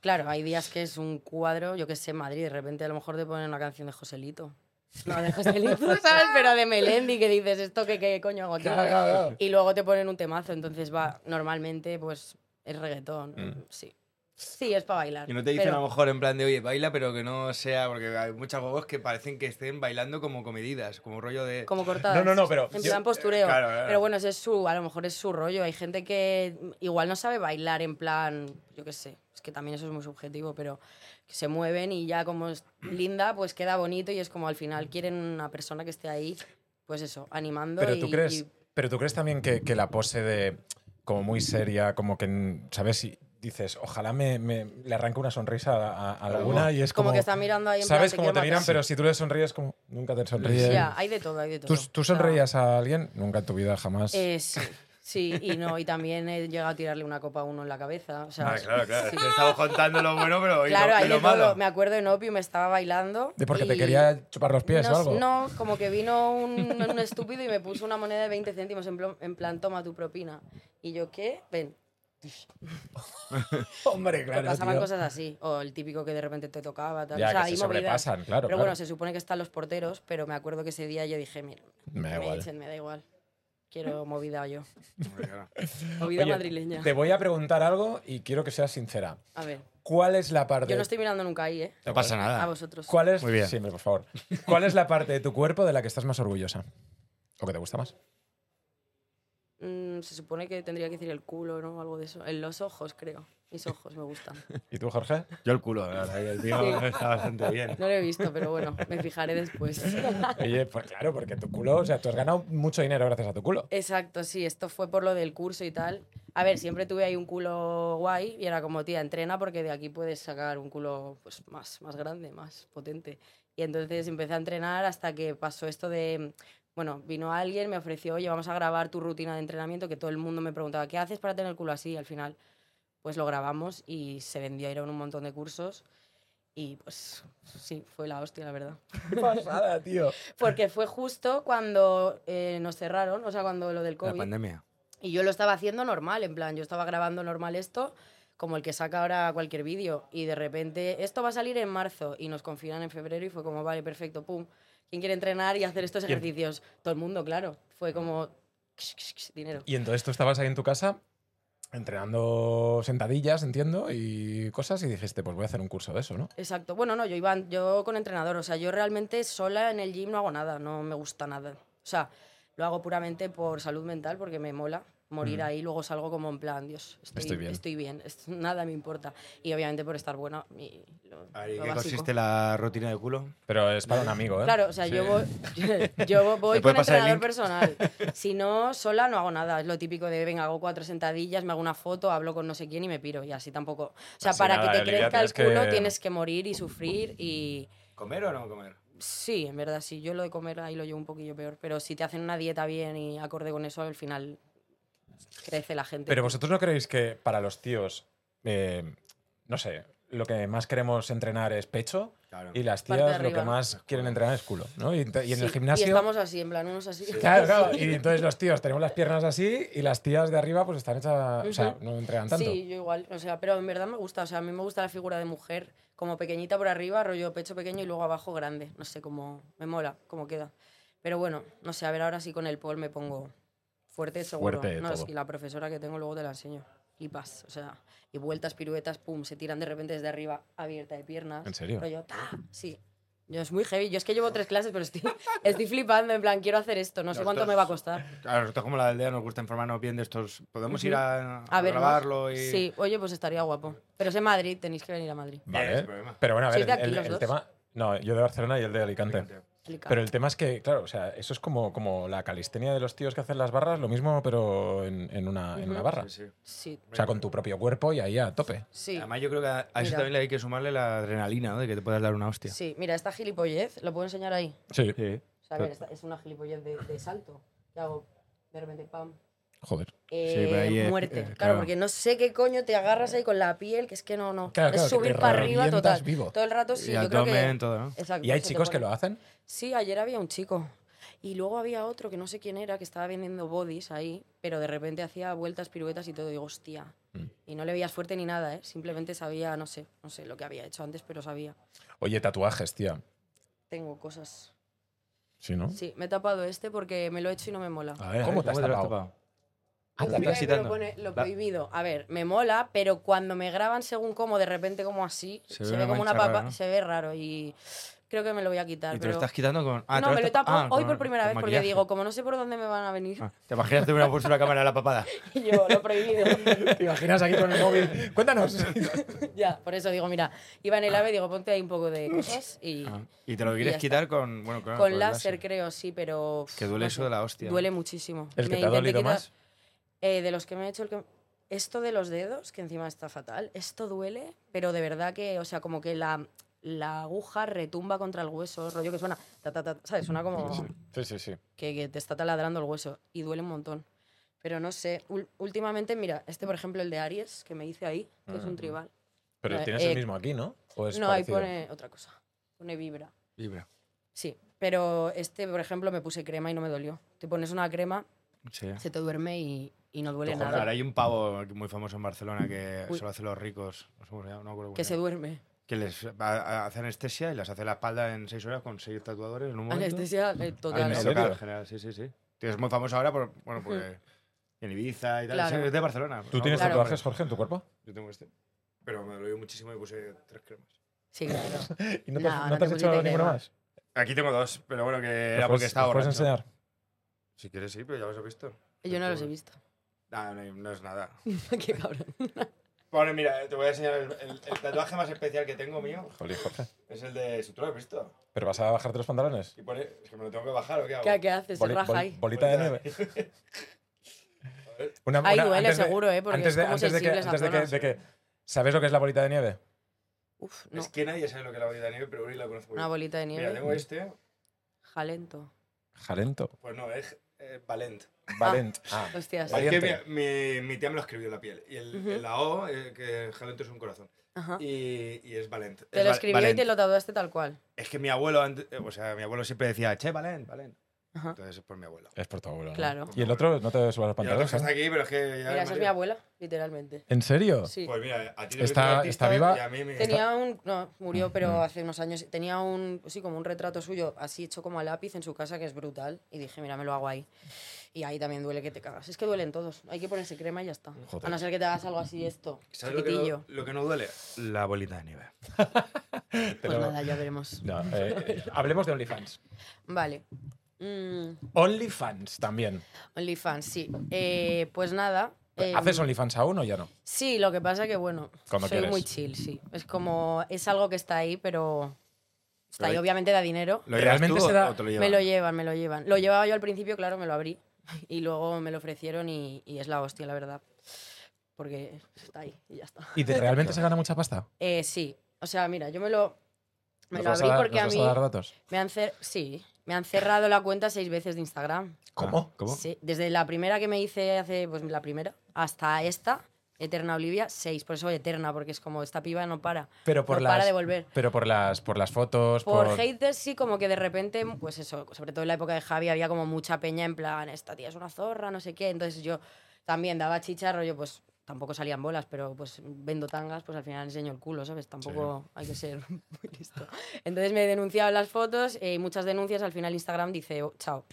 Speaker 2: Claro, hay días que es un cuadro, yo que sé, Madrid, de repente a lo mejor te ponen una canción de Joselito. No, de Joselito, ¿sabes? Pero de Melendi, que dices, ¿esto qué, qué coño hago aquí? Y luego te ponen un temazo, entonces va, normalmente, pues, es reggaetón, sí. Sí, es para bailar.
Speaker 3: Mm. Y no te dicen
Speaker 2: pero-
Speaker 3: a lo mejor en plan de, oye, baila, pero que no sea, porque hay muchas gogos que parecen que estén bailando como comedidas, como rollo de...
Speaker 2: como cortadas.
Speaker 1: No, no, no, pero
Speaker 2: En
Speaker 1: yo-
Speaker 2: plan postureo.
Speaker 3: claro, claro.
Speaker 2: Pero bueno, ese es su, a lo mejor es su rollo. Hay gente que igual no sabe bailar en plan, yo qué sé, es que también eso es muy subjetivo, pero que se mueven y ya como es linda, pues queda bonito y es como al final quieren una persona que esté ahí, pues eso, animando.
Speaker 1: Pero
Speaker 2: y-
Speaker 1: tú crees,
Speaker 2: y-
Speaker 1: pero tú crees también que, que la pose de como muy seria, como que mm, sabes si dices, ojalá me, me- le arranque una sonrisa a, a- a alguna y es
Speaker 2: como,
Speaker 1: como,
Speaker 2: que están mirando ahí en
Speaker 1: sabes
Speaker 2: plan,
Speaker 1: cómo te
Speaker 2: quiero
Speaker 1: miran,
Speaker 2: matar.
Speaker 1: pero si tú le sonríes como nunca te sonríes.
Speaker 2: Ya, hay de todo, hay de todo.
Speaker 1: ¿Tú,
Speaker 2: O
Speaker 1: tú
Speaker 2: sea,
Speaker 1: sonreías a alguien nunca en tu vida jamás.
Speaker 2: Eh, sí, Sí, y no, y también he llegado a tirarle una copa a uno en la cabeza. o sea,
Speaker 4: Ah, claro, claro.
Speaker 2: sí.
Speaker 4: Te estamos contando lo bueno, pero y lo-
Speaker 2: Claro,
Speaker 4: y
Speaker 2: ahí
Speaker 4: lo,
Speaker 2: de todo,
Speaker 4: malo.
Speaker 2: me acuerdo en Opio, me estaba bailando.
Speaker 1: ¿De porque te
Speaker 2: y
Speaker 1: quería chupar los pies
Speaker 2: no,
Speaker 1: o algo?
Speaker 2: no, como que vino un, un estúpido y me puso una moneda de 20 céntimos en, plo- en plan, toma tu propina. Y yo, ¿qué? Ven,
Speaker 1: Hombre,
Speaker 2: te pues pasaban
Speaker 1: tío.
Speaker 2: cosas así. O el típico que de repente te tocaba. Tal.
Speaker 1: Ya,
Speaker 2: o sea,
Speaker 1: que
Speaker 2: hay
Speaker 1: se
Speaker 2: movidas.
Speaker 1: sobrepasan, claro.
Speaker 2: Pero
Speaker 1: claro.
Speaker 2: bueno, se supone que están los porteros, pero me acuerdo que ese día yo dije, mira,
Speaker 1: Me da
Speaker 2: que me
Speaker 1: igual.
Speaker 2: echen, me da igual. Quiero movida yo.
Speaker 3: Hombre, claro.
Speaker 2: Movida
Speaker 1: Oye,
Speaker 2: madrileña.
Speaker 1: Te voy a preguntar algo y quiero que seas sincera.
Speaker 2: A ver,
Speaker 1: ¿Cuál es la parte.
Speaker 2: yo no estoy mirando nunca ahí, ¿eh?
Speaker 3: No pasa
Speaker 2: A
Speaker 3: nada.
Speaker 2: vosotros.
Speaker 1: Ah. ¿Cuál es...
Speaker 3: Muy bien.
Speaker 1: Siempre, por favor. ¿Cuál es la parte de tu cuerpo de la que estás más orgullosa? ¿O que te gusta más?
Speaker 2: Mm, se supone que tendría que decir el culo, ¿no? Algo de eso. En los ojos, creo. Mis ojos me gustan.
Speaker 1: ¿Y tú, Jorge?
Speaker 3: Yo el culo, la verdad, el mío
Speaker 2: Sí.
Speaker 3: está bastante bien.
Speaker 2: No lo he visto, pero bueno, me fijaré después.
Speaker 1: Oye, pues claro, porque tu culo, o sea, tú has ganado mucho dinero gracias a tu culo.
Speaker 2: Exacto, sí, esto fue por lo del curso y tal. A ver, siempre tuve ahí un culo guay y era como, tía, entrena porque de aquí puedes sacar un culo pues, más, más grande, más potente. Y entonces empecé a entrenar hasta que pasó esto de, bueno, vino alguien, me ofreció, oye, vamos a grabar tu rutina de entrenamiento, que todo el mundo me preguntaba, ¿qué haces para tener el culo así? Y al final, pues lo grabamos y se vendió, ir a un montón de cursos. Y pues sí, fue la hostia, la verdad.
Speaker 1: ¡Qué pasada, tío!
Speaker 2: Porque fue justo cuando eh, nos cerraron, o sea, cuando lo del
Speaker 3: La
Speaker 2: COVID.
Speaker 3: pandemia.
Speaker 2: Y yo lo estaba haciendo normal, en plan, yo estaba grabando normal esto, como el que saca ahora cualquier vídeo, y de repente, esto va a salir en marzo, y nos confinan en febrero, y fue como, vale, perfecto, pum. ¿Quién quiere entrenar y hacer estos ejercicios? Todo el mundo, claro. Fue como, ksh, ksh, ksh, dinero.
Speaker 1: Y entonces tú estabas ahí en tu casa entrenando sentadillas, entiendo, y cosas, y dijiste, pues voy a hacer un curso de eso, ¿no?
Speaker 2: Exacto. Bueno, no, yo iba, yo con entrenador, o sea, yo realmente sola en el gym no hago nada, no me gusta nada. O sea, lo hago puramente por salud mental porque me mola morir ahí, luego salgo como en plan, Dios, estoy,
Speaker 1: Estoy bien.
Speaker 2: bien, es- nada me importa. Y obviamente por estar buena. y lo-
Speaker 3: A ver, ¿y
Speaker 2: lo
Speaker 3: ¿Qué
Speaker 2: básico.
Speaker 3: consiste la rutina de culo?
Speaker 1: Pero es para un amigo, ¿eh?
Speaker 2: Claro, o sea, yo voy, yo voy
Speaker 3: ¿Me puede
Speaker 2: con
Speaker 3: pasar el
Speaker 2: entrenador personal. Si no, sola no hago nada. Es lo típico de, venga, hago cuatro sentadillas, me hago una foto, hablo con no sé quién y me piro. Y así tampoco. O sea,
Speaker 1: Así
Speaker 2: para
Speaker 1: nada,
Speaker 2: que te
Speaker 1: Olivia,
Speaker 2: crezca el
Speaker 1: tienes que-
Speaker 2: culo tienes que morir y sufrir y...
Speaker 3: ¿Comer o no comer?
Speaker 2: Sí, en verdad, sí. Yo lo de comer ahí lo llevo un poquillo peor. Pero si te hacen una dieta bien y acorde con eso, al final crece la gente.
Speaker 1: Pero vosotros no creéis que para los tíos, eh, no sé, lo que más queremos entrenar es pecho
Speaker 3: Claro.
Speaker 1: y las
Speaker 2: Parte de
Speaker 1: tías lo que
Speaker 2: arriba, ¿no?
Speaker 1: más quieren entrenar es culo, ¿no? Y, ent- y en
Speaker 2: Sí,
Speaker 1: el gimnasio...
Speaker 2: Y estamos así, en plan, unos así.
Speaker 1: Claro, claro. Y entonces los tíos tenemos las piernas así y las tías de arriba pues están hechas... O sea,
Speaker 2: Ujú.
Speaker 1: no entrenan tanto.
Speaker 2: Sí, yo igual. O sea, pero en verdad me gusta. O sea, a mí me gusta la figura de mujer como pequeñita por arriba, rollo pecho pequeño y luego abajo grande. No sé cómo. Me mola cómo queda. Pero bueno, no sé, a ver ahora sí con el pol me pongo fuerte, seguro.
Speaker 1: Fuerte de
Speaker 2: no, es
Speaker 1: todo.
Speaker 2: que la profesora que tengo luego te la enseño. Y paz, o sea, y vueltas, piruetas, pum, se tiran de repente desde arriba abierta de piernas.
Speaker 1: ¿En serio?
Speaker 2: Rollo, ta, sí. Yo es muy heavy. Yo es que llevo tres clases, pero estoy, estoy flipando. En plan, quiero hacer esto. No sé cuánto
Speaker 3: Nosotros-
Speaker 2: me va a costar.
Speaker 3: A nosotros como la aldea nos gusta informarnos bien de estos. Podemos ir a,
Speaker 2: A
Speaker 3: a
Speaker 2: ver, ¿no?
Speaker 3: grabarlo y.
Speaker 2: Sí, oye, pues estaría guapo. Pero es en Madrid, tenéis que venir a Madrid.
Speaker 1: Vale.
Speaker 3: Ese problema.
Speaker 1: Pero bueno, a ver,
Speaker 2: ¿Sois de aquí
Speaker 1: el,
Speaker 2: los
Speaker 1: el
Speaker 2: dos?
Speaker 1: tema... No, yo de Barcelona y él de Alicante.
Speaker 2: Complicado.
Speaker 1: Pero el tema es que, claro, o sea, eso es como, como la calistenia de los tíos que hacen las barras, lo mismo, pero en, en una, en una
Speaker 2: Ujú.
Speaker 1: barra.
Speaker 3: Sí, sí.
Speaker 2: Sí,
Speaker 1: O sea, con tu propio cuerpo y ahí a tope.
Speaker 2: sí.
Speaker 3: Además, yo creo que a, a
Speaker 2: Mira.
Speaker 3: eso también le hay que sumarle la adrenalina, ¿no? De que te puedas dar una hostia.
Speaker 2: Sí, mira, esta gilipollez, ¿lo puedo enseñar ahí?
Speaker 1: Sí.
Speaker 3: Sí.
Speaker 2: O sea, a ver, esta- es una gilipollez de, de salto. Que hago de repente, pam.
Speaker 1: Joder.
Speaker 2: Eh,
Speaker 3: pero ahí es-
Speaker 2: muerte.
Speaker 3: eh,
Speaker 2: claro,
Speaker 3: claro.
Speaker 2: porque no sé qué coño te agarras ahí con la piel, que es que no, no.
Speaker 1: Claro, claro,
Speaker 2: es
Speaker 1: que
Speaker 2: subir
Speaker 1: te
Speaker 2: para arriba
Speaker 1: revientas
Speaker 2: total.
Speaker 1: vivo.
Speaker 2: Todo el rato sí,
Speaker 3: y
Speaker 2: yo creo
Speaker 3: abdomen,
Speaker 2: que.
Speaker 3: todo, ¿no?
Speaker 2: Exacto,
Speaker 1: ¿Y hay
Speaker 2: se te
Speaker 1: chicos que
Speaker 2: pone-
Speaker 1: lo hacen?
Speaker 2: Sí, ayer había un chico. Y luego había otro que no sé quién era, que estaba vendiendo bodies ahí, pero de repente hacía vueltas, piruetas y todo. Y digo, hostia.
Speaker 1: Mm.
Speaker 2: Y no le veías fuerte ni nada, ¿eh? Simplemente sabía, no sé, no sé lo que había hecho antes, pero sabía.
Speaker 1: Oye, tatuajes, tía.
Speaker 2: Tengo cosas.
Speaker 1: Sí, ¿no?
Speaker 2: Sí, me he tapado este porque me lo he hecho y no me mola.
Speaker 3: A ver,
Speaker 1: ¿Cómo te has
Speaker 3: lo
Speaker 1: tapado?
Speaker 3: Ah,
Speaker 2: Ah, Mira,
Speaker 3: la estás
Speaker 2: ahí me lo
Speaker 3: citando.
Speaker 2: pone lo
Speaker 3: La-
Speaker 2: prohibido. A ver, me mola, pero cuando me graban según como, de repente como así,
Speaker 3: Se
Speaker 2: se,
Speaker 3: ve
Speaker 2: ve
Speaker 3: una
Speaker 2: como una
Speaker 3: mancha
Speaker 2: papa,
Speaker 3: rara, ¿no?
Speaker 2: se ve raro y creo que me lo voy a quitar.
Speaker 3: Y te lo
Speaker 2: pero-
Speaker 3: estás quitando con. Ah,
Speaker 2: no,
Speaker 3: te lo
Speaker 2: me lo he
Speaker 3: estás-
Speaker 2: tapado
Speaker 3: ah,
Speaker 2: hoy
Speaker 3: con-
Speaker 2: por primera
Speaker 3: con
Speaker 2: vez porque
Speaker 3: maquillaje.
Speaker 2: digo, como no sé por dónde me van a venir,
Speaker 3: Ah, ¿Te imaginas de una puesta una cámara a la papada?
Speaker 2: y yo lo prohibido.
Speaker 1: ¿Te imaginas aquí con el móvil? Cuéntanos.
Speaker 2: ya, por eso digo, mira, iba en el ave, digo, ponte ahí un poco de cosas y
Speaker 3: Ah, y te lo
Speaker 2: Y
Speaker 3: quieres
Speaker 2: ya
Speaker 3: quitar con. Bueno, claro,
Speaker 2: con
Speaker 3: el
Speaker 2: láser, creo, sí, pero... pff,
Speaker 3: Que duele
Speaker 2: no
Speaker 3: eso
Speaker 2: sé,
Speaker 3: de la hostia. ¿no?
Speaker 2: Duele muchísimo.
Speaker 1: ¿El que te
Speaker 2: Me
Speaker 1: ha
Speaker 2: intenté
Speaker 1: dolido
Speaker 2: quitar-
Speaker 1: más?
Speaker 2: Eh, de los que me he hecho el que... Esto de los dedos, que encima está fatal, esto duele, pero de verdad que, o sea, como que la, la aguja retumba contra el hueso, rollo que suena, ta, ta, ta, ¿sabes? Suena como
Speaker 1: Sí, sí, sí.
Speaker 2: que, que te está taladrando el hueso y duele un montón. Pero no sé, ul- últimamente, mira, este por ejemplo, el de Aries, que me hice ahí, que es un
Speaker 1: Ujú.
Speaker 2: tribal.
Speaker 1: Pero
Speaker 2: Eh,
Speaker 1: tienes
Speaker 2: eh,
Speaker 1: el mismo aquí, ¿no? ¿O Mm, es
Speaker 2: no,
Speaker 1: parecido?
Speaker 2: ahí pone otra cosa, pone vibra.
Speaker 3: Vibra.
Speaker 2: Sí, pero este, por ejemplo, me puse crema y no me dolió. Te pones una crema,
Speaker 3: Sí.
Speaker 2: se te duerme y, y no duele
Speaker 3: Ojo,
Speaker 2: nada.
Speaker 3: Ahora hay un pavo muy famoso en Barcelona que
Speaker 2: Uy.
Speaker 3: se lo hace los ricos. No sé cómo se llama, no me acuerdo cómo
Speaker 2: Que
Speaker 3: se
Speaker 2: se
Speaker 3: llama.
Speaker 2: duerme.
Speaker 3: Que les a- a- hace anestesia y les hace la espalda en seis horas con seis tatuadores en un momento.
Speaker 2: Anestesia eh, total.
Speaker 3: Ah,
Speaker 1: ¿En
Speaker 3: no,
Speaker 2: ¿no?
Speaker 1: serio?
Speaker 3: claro, en general, sí, sí, sí. Tío, es muy famoso ahora por, bueno, porque en Ibiza y tal.
Speaker 2: Claro.
Speaker 3: Sí, Es de Barcelona.
Speaker 1: ¿Tú tienes
Speaker 2: Claro.
Speaker 1: tatuajes, Jorge, en tu cuerpo?
Speaker 3: Yo tengo este. Pero me dolió muchísimo y puse tres cremas.
Speaker 2: Sí, claro.
Speaker 1: ¿Y no te,
Speaker 2: No,
Speaker 1: has- no
Speaker 2: no
Speaker 1: te has
Speaker 2: te
Speaker 1: hecho
Speaker 2: pusiste
Speaker 1: ninguno
Speaker 2: crema.
Speaker 1: más?
Speaker 3: Aquí tengo dos, pero bueno, que
Speaker 1: ¿Los
Speaker 3: era
Speaker 1: puedes-
Speaker 3: porque estaba
Speaker 1: los puedes
Speaker 3: borracho.
Speaker 1: enseñar?
Speaker 3: Si quieres, sí, pero ya los he visto.
Speaker 2: Yo no los he visto.
Speaker 3: Ah, no, no es nada.
Speaker 2: Qué cabrón.
Speaker 3: Bueno, mira, te voy a enseñar el, el- el tatuaje más especial que tengo mío.
Speaker 1: Jolín, Jorge.
Speaker 3: Es el de... Si tú lo has visto.
Speaker 1: ¿Pero vas a bajarte los pantalones?
Speaker 3: Y pone... Es que me lo tengo que bajar o qué hago.
Speaker 2: ¿Qué, qué haces? Se
Speaker 1: Boli-
Speaker 2: raja
Speaker 1: bol-
Speaker 2: ahí.
Speaker 1: bolita de nieve. Una-
Speaker 2: Ahí
Speaker 1: una-
Speaker 2: duele,
Speaker 1: antes de-
Speaker 2: seguro, ¿eh? Porque
Speaker 1: antes
Speaker 2: es
Speaker 1: de,
Speaker 2: como
Speaker 1: antes de que,
Speaker 2: sensible esa
Speaker 1: antes de que,
Speaker 2: zona.
Speaker 1: de que- ¿Sabes lo que es la bolita de nieve?
Speaker 2: Uf, no.
Speaker 3: Es que nadie sabe lo que es la bolita de nieve, pero Uri la conoce muy
Speaker 2: Una
Speaker 3: bien.
Speaker 2: bolita de
Speaker 3: Mira,
Speaker 2: nieve.
Speaker 3: tengo este.
Speaker 2: Jalento.
Speaker 1: Jalento.
Speaker 3: Pues no, es eh, Valent.
Speaker 1: Valent. Ah.
Speaker 2: Hostias.
Speaker 1: Vale.
Speaker 3: Es
Speaker 1: Valiente.
Speaker 3: que mi, mi- mi tía me lo escribió en la piel. Y el,
Speaker 2: Ujú.
Speaker 3: el la O, eh, que Jalento es un corazón.
Speaker 2: Ajá.
Speaker 3: Y, y es Valent.
Speaker 2: Te lo escribió y te lo tatuaste tal cual.
Speaker 3: Es que mi abuelo, antes- eh, o sea, mi abuelo siempre decía, che, Valent, Valent.
Speaker 2: Ajá.
Speaker 3: Entonces es por mi abuelo.
Speaker 1: Ah, Es por tu abuelo. ¿no?
Speaker 2: Claro.
Speaker 1: ¿Y el otro no te subas los
Speaker 3: Y el otro
Speaker 1: pantalones?
Speaker 3: que está
Speaker 1: ¿eh?
Speaker 3: aquí, pero es que ya...
Speaker 2: Mira, esa es mi
Speaker 3: María.
Speaker 2: abuela, literalmente.
Speaker 1: ¿En serio?
Speaker 2: Sí.
Speaker 3: Pues mira, a ti
Speaker 1: Está-
Speaker 3: te he visto de
Speaker 1: está
Speaker 3: artista
Speaker 1: viva.
Speaker 3: y a mí me-
Speaker 2: Tenía un. No, murió,
Speaker 1: Mm.
Speaker 2: pero hace unos años. Tenía un. Sí, como un retrato suyo, así hecho como a lápiz en su casa, que es brutal. Y dije, mira, me lo hago ahí. Y ahí también duele que te cagas. Es que duelen todos. Hay que ponerse crema y ya está.
Speaker 1: Joder.
Speaker 2: A no ser que te hagas algo así, esto.
Speaker 3: ¿Sabes lo que,
Speaker 2: Chiquitillo.
Speaker 3: no, lo que no duele? La bolita de nieve.
Speaker 2: Pues
Speaker 1: Pero-
Speaker 2: nada, ya veremos.
Speaker 1: No, eh, eh, hablemos de OnlyFans.
Speaker 2: Vale. Mm,
Speaker 1: OnlyFans también.
Speaker 2: OnlyFans, sí. Eh, pues nada. eh,
Speaker 1: ¿Haces OnlyFans aún o ya no?
Speaker 2: Sí, lo que pasa que, bueno,
Speaker 1: Cuando
Speaker 2: soy
Speaker 1: quieres.
Speaker 2: muy chill, sí. Es como, es algo que está ahí, pero está
Speaker 3: Pero
Speaker 2: ahí,
Speaker 3: hay-
Speaker 2: obviamente da dinero.
Speaker 3: ¿Lo llevas
Speaker 1: Realmente
Speaker 3: tú
Speaker 1: se
Speaker 3: o-
Speaker 1: da-
Speaker 3: o te lo
Speaker 2: Me
Speaker 3: llevan?
Speaker 2: lo llevan, me lo llevan. Lo llevaba yo al principio, claro, me lo abrí. Y luego me lo ofrecieron y, y es la hostia, la verdad. Porque está ahí y ya está.
Speaker 1: ¿Y de- realmente se gana mucha pasta?
Speaker 2: Eh, sí, o sea, mira, yo me lo, me
Speaker 1: ¿Nos
Speaker 2: lo
Speaker 1: vas
Speaker 2: abrí
Speaker 1: a dar-
Speaker 2: porque
Speaker 1: nos
Speaker 2: a
Speaker 1: vas
Speaker 2: mí
Speaker 1: dar datos?
Speaker 2: me han, cer- sí, me han cerrado la cuenta seis veces de Instagram.
Speaker 1: ¿Cómo?
Speaker 3: ¿Cómo?
Speaker 2: Sí, desde la primera que me hice hace, pues la primera, hasta esta, Eterna Olivia, seis. Por eso Eterna, porque es como esta piba no para.
Speaker 1: Pero por
Speaker 2: no
Speaker 1: las,
Speaker 2: para de volver.
Speaker 1: Pero por las, por las fotos, por...
Speaker 2: Por, haters sí, como que de repente, pues eso, sobre todo en la época de Javi había como mucha peña en plan, esta tía es una zorra, no sé qué. Entonces yo también daba chicha, rollo, pues tampoco salían bolas, pero pues vendo tangas, pues al final enseño el culo, ¿sabes? Tampoco hay que ser muy listo. Entonces me denunciaban las fotos eh, y muchas denuncias, al final Instagram dice, "Oh, chao.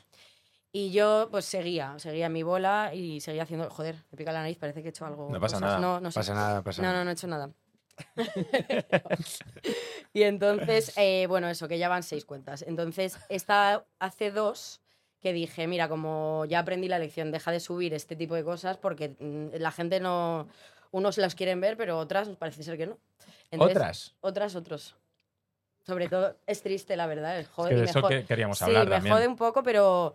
Speaker 2: Y yo pues seguía, seguía en mi bola y seguía haciendo, joder, me pica la nariz, parece que he hecho algo.
Speaker 1: No pasa
Speaker 2: cosas.
Speaker 1: nada,
Speaker 2: No, no sé.
Speaker 3: Pasa nada, pasa
Speaker 2: No,
Speaker 3: nada.
Speaker 2: no, no he hecho nada. y entonces, eh, bueno, eso, que ya van seis cuentas. Entonces, esta hace dos que dije, mira, como ya aprendí la lección, deja de subir este tipo de cosas porque mm, la gente no... Unos las quieren ver, pero otras parece ser que no. Entonces,
Speaker 1: ¿Otras?
Speaker 2: Otras, otros. Sobre todo, es triste, la verdad. es
Speaker 1: Es
Speaker 2: joder,
Speaker 1: que
Speaker 2: y
Speaker 1: de
Speaker 2: me
Speaker 1: eso
Speaker 2: jode-
Speaker 1: que queríamos
Speaker 2: Sí,
Speaker 1: hablar
Speaker 2: me
Speaker 1: también.
Speaker 2: jode un poco, pero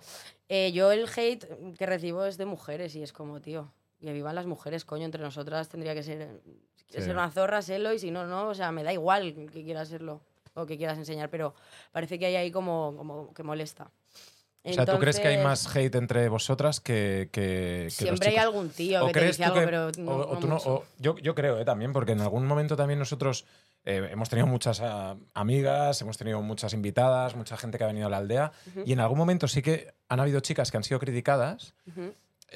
Speaker 2: eh, yo el hate que recibo es de mujeres y es como, tío, que vivan las mujeres, coño, entre nosotras tendría que ser, si quieres
Speaker 1: Sí.
Speaker 2: ser una zorra, sélo y si no, no, o sea, me da igual que quieras serlo o que quieras enseñar, pero parece que hay ahí como, como que molesta.
Speaker 1: O sea, ¿tú crees que hay
Speaker 2: Entonces,
Speaker 1: más hate entre vosotras que, que, que los
Speaker 2: Siempre hay
Speaker 1: chicos?
Speaker 2: algún tío
Speaker 1: ¿O
Speaker 2: que te
Speaker 1: crees
Speaker 2: dice
Speaker 1: tú
Speaker 2: algo,
Speaker 1: que-
Speaker 2: pero no,
Speaker 1: o- o
Speaker 2: no
Speaker 1: tú no-
Speaker 2: mucho.
Speaker 1: o- yo, yo creo eh, también, porque en algún momento también nosotros eh, hemos tenido muchas ah, amigas, hemos tenido muchas invitadas, mucha gente que ha venido a la aldea,
Speaker 2: Ujú.
Speaker 1: y en algún momento sí que han habido chicas que han sido criticadas
Speaker 2: Ujú.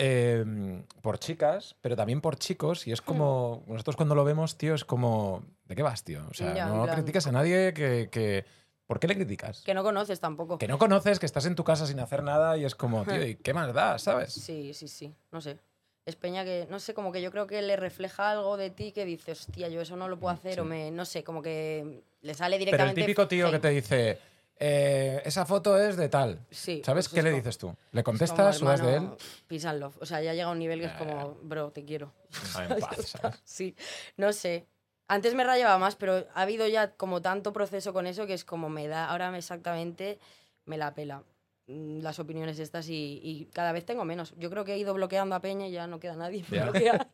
Speaker 1: eh, por chicas, pero también por chicos,
Speaker 2: Hmm.
Speaker 1: y es como, nosotros cuando lo vemos, tío, es como, ¿de qué vas, tío? O sea,
Speaker 2: Ya, en
Speaker 1: no
Speaker 2: plan-
Speaker 1: criticas a nadie que... que- ¿Por qué le criticas?
Speaker 2: Que no conoces tampoco.
Speaker 1: Que no conoces, que estás en tu casa sin hacer nada y es como, tío, ¿y qué más da, sabes?
Speaker 2: Sí, sí, sí, no sé. Es peña que, no sé, como que yo creo que le refleja algo de ti que dice, hostia, yo eso no lo puedo hacer, o me, no sé, como que le sale
Speaker 1: Pero el
Speaker 2: directamente.
Speaker 1: típico tío que
Speaker 2: hate.
Speaker 1: te dice, eh, esa foto es de tal.
Speaker 2: Sí,
Speaker 1: ¿Sabes
Speaker 2: pues
Speaker 1: qué
Speaker 2: es
Speaker 1: le
Speaker 2: como-
Speaker 1: dices tú? ¿Le
Speaker 2: es como,
Speaker 1: contestas? ¿Sudas de él?
Speaker 2: hermano, Peace and love. O sea, ya llega a un nivel que es
Speaker 1: Ya,
Speaker 2: como, bro, te quiero.
Speaker 1: Ah, en paz, ¿sabes?
Speaker 2: Sí, no sé. Antes me rayaba más, pero ha habido ya como tanto proceso con eso que es como me da, ahora me exactamente me la pela. mm, las opiniones estas y, y cada vez tengo menos. Yo creo que he ido bloqueando a Peña y ya no queda nadie
Speaker 1: Ya.
Speaker 2: para bloquear.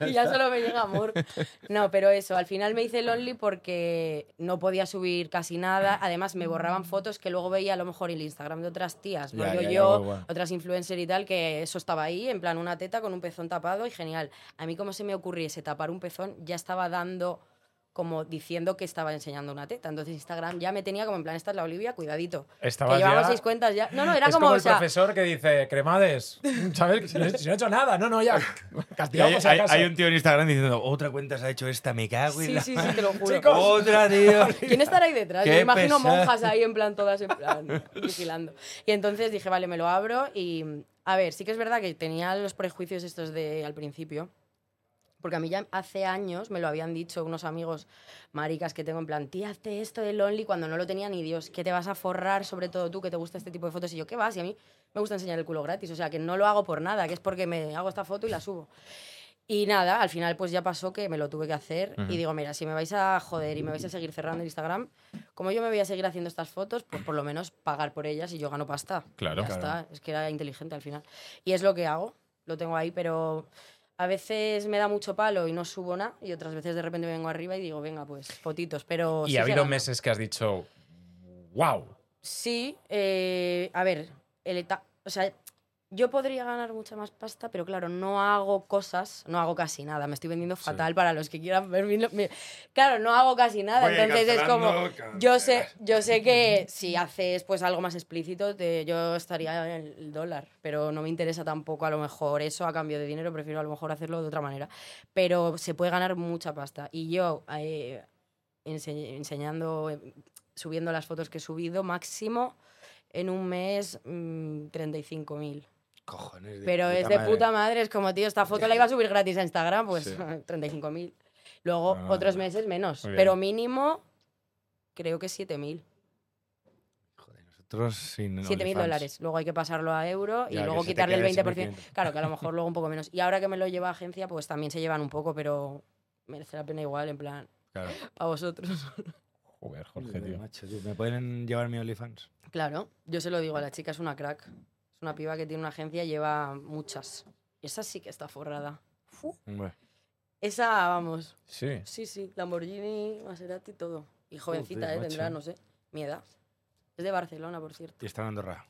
Speaker 2: y ya solo me llega amor. No, pero eso, al final me hice lonely porque no podía subir casi nada. Además, me borraban fotos que luego veía a lo mejor en el Instagram de otras tías.
Speaker 3: Ya,
Speaker 2: rollo
Speaker 3: ya, ya,
Speaker 2: yo,
Speaker 3: guau, guau.
Speaker 2: otras influencers y tal, que eso estaba ahí, en plan una teta con un pezón tapado y genial. A mí como se me ocurriese tapar un pezón, ya estaba dando como diciendo que estaba enseñando una teta. Entonces Instagram ya me tenía como en plan, esta es la Olivia, cuidadito.
Speaker 1: Estabas
Speaker 2: que llevamos
Speaker 1: ya-
Speaker 2: seis cuentas ya. No, no, era
Speaker 1: es
Speaker 2: como,
Speaker 1: como
Speaker 2: o
Speaker 1: el
Speaker 2: sea,
Speaker 1: profesor que dice, cremades, ¿sabes? Si no, he- si no he hecho nada, no, no, ya.
Speaker 3: Y hay,
Speaker 1: Castigamos a
Speaker 3: hay- hay un tío en Instagram diciendo, otra cuenta se ha hecho esta, me cago en
Speaker 2: sí,
Speaker 3: la...
Speaker 2: sí, sí, te lo juro.
Speaker 1: Chicos.
Speaker 3: Otra, tío.
Speaker 2: ¿Quién estará ahí detrás? Yo
Speaker 3: Qué
Speaker 2: me imagino
Speaker 3: pesar.
Speaker 2: monjas ahí en plan todas en plan vigilando. Y entonces dije, vale, me lo abro y a ver, sí que es verdad que tenía los prejuicios estos de al principio. Porque a mí ya hace años me lo habían dicho unos amigos maricas que tengo en plan, tía, hazte esto de Lonely cuando no lo tenía ni Dios, que te vas a forrar, sobre todo tú que te gusta este tipo de fotos. Y yo, ¿qué vas? Y a mí me gusta enseñar el culo gratis, o sea, que no lo hago por nada, que es porque me hago esta foto y la subo. Y nada, al final pues ya pasó que me lo tuve que hacer y digo, mira, si me vais a joder y me vais a seguir cerrando el Instagram, como yo me voy a seguir haciendo estas fotos, pues por lo menos pagar por ellas y yo gano pasta.
Speaker 1: Claro.
Speaker 2: Ya
Speaker 1: Claro.
Speaker 2: está, es que era inteligente al final. Y es lo que hago, lo tengo ahí, pero a veces me da mucho palo y no subo nada y otras veces de repente vengo arriba y digo, venga, pues fotitos, pero...
Speaker 1: Y
Speaker 2: sí
Speaker 1: ha habido
Speaker 2: ganando.
Speaker 1: meses que has dicho, wow.
Speaker 2: Sí, eh, a ver, el eta- o sea, yo podría ganar mucha más pasta, pero claro, no hago cosas, no hago casi nada, me estoy vendiendo fatal para los que quieran ver mi, mi- Claro, no hago casi nada,
Speaker 4: Oye,
Speaker 2: entonces es como
Speaker 4: cancelando, cancelas.
Speaker 2: yo sé, yo sé que si haces pues algo más explícito, te- yo estaría en el dólar, pero no me interesa tampoco a lo mejor eso a cambio de dinero, prefiero a lo mejor hacerlo de otra manera, pero se puede ganar mucha pasta y yo eh, ense- enseñando eh, subiendo las fotos que he subido, máximo en un mes mm, 35.000.
Speaker 3: Cojones de
Speaker 2: Pero
Speaker 3: puta
Speaker 2: es de
Speaker 3: madre.
Speaker 2: puta madre, es como, tío, esta foto la iba a subir gratis a Instagram, pues 35.000. Luego
Speaker 1: Ah,
Speaker 2: otros meses menos,
Speaker 1: muy bien.
Speaker 2: pero mínimo creo que 7.000.
Speaker 3: Joder, nosotros sin
Speaker 2: 7.000
Speaker 3: OnlyFans.
Speaker 2: dólares. Luego hay que pasarlo a euro y
Speaker 3: Ya, que
Speaker 2: luego
Speaker 3: se te
Speaker 2: quitarle el
Speaker 3: quede
Speaker 2: 20%.
Speaker 3: 7.500.
Speaker 2: Claro, que a lo mejor luego un poco menos. Y ahora que me lo lleva a agencia, pues también se llevan un poco, pero merece la pena igual, en plan,
Speaker 3: Claro.
Speaker 2: a vosotros.
Speaker 1: Joder, Jorge,
Speaker 3: Joder,
Speaker 1: tío.
Speaker 3: macho, tío, ¿Me pueden llevar mi OnlyFans?
Speaker 2: Claro, yo se lo digo a la chica, es una crack. Es una piba que tiene una agencia, lleva muchas. Y esa sí que está forrada. Esa, vamos,
Speaker 1: Sí.
Speaker 2: sí, sí, Lamborghini, Maserati, todo. Y jovencita,
Speaker 3: Joder,
Speaker 2: eh, tendrá,
Speaker 3: macho.
Speaker 2: no sé, mi edad. Es de Barcelona, por cierto.
Speaker 3: Y está en Andorra.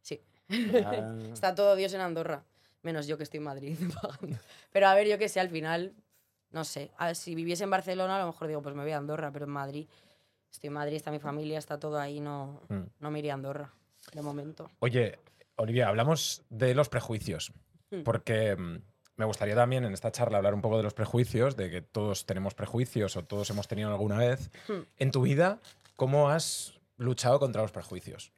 Speaker 2: Sí.
Speaker 3: Ah,
Speaker 2: Está todo Dios en Andorra, menos yo que estoy en Madrid pagando. Pero a ver, yo qué sé, al final, no sé, a- si viviese en Barcelona a lo mejor digo, pues me voy a Andorra, pero en Madrid, estoy en Madrid, está mi familia, está todo ahí, no,
Speaker 1: Mm.
Speaker 2: no me iría a Andorra, de momento.
Speaker 1: Oye, Olivia, hablamos de los prejuicios,
Speaker 2: Mm.
Speaker 1: porque mm, me gustaría también en esta charla hablar un poco de los prejuicios, de que todos tenemos prejuicios o todos hemos tenido alguna vez.
Speaker 2: Hmm.
Speaker 1: En tu vida, ¿cómo has luchado contra los prejuicios?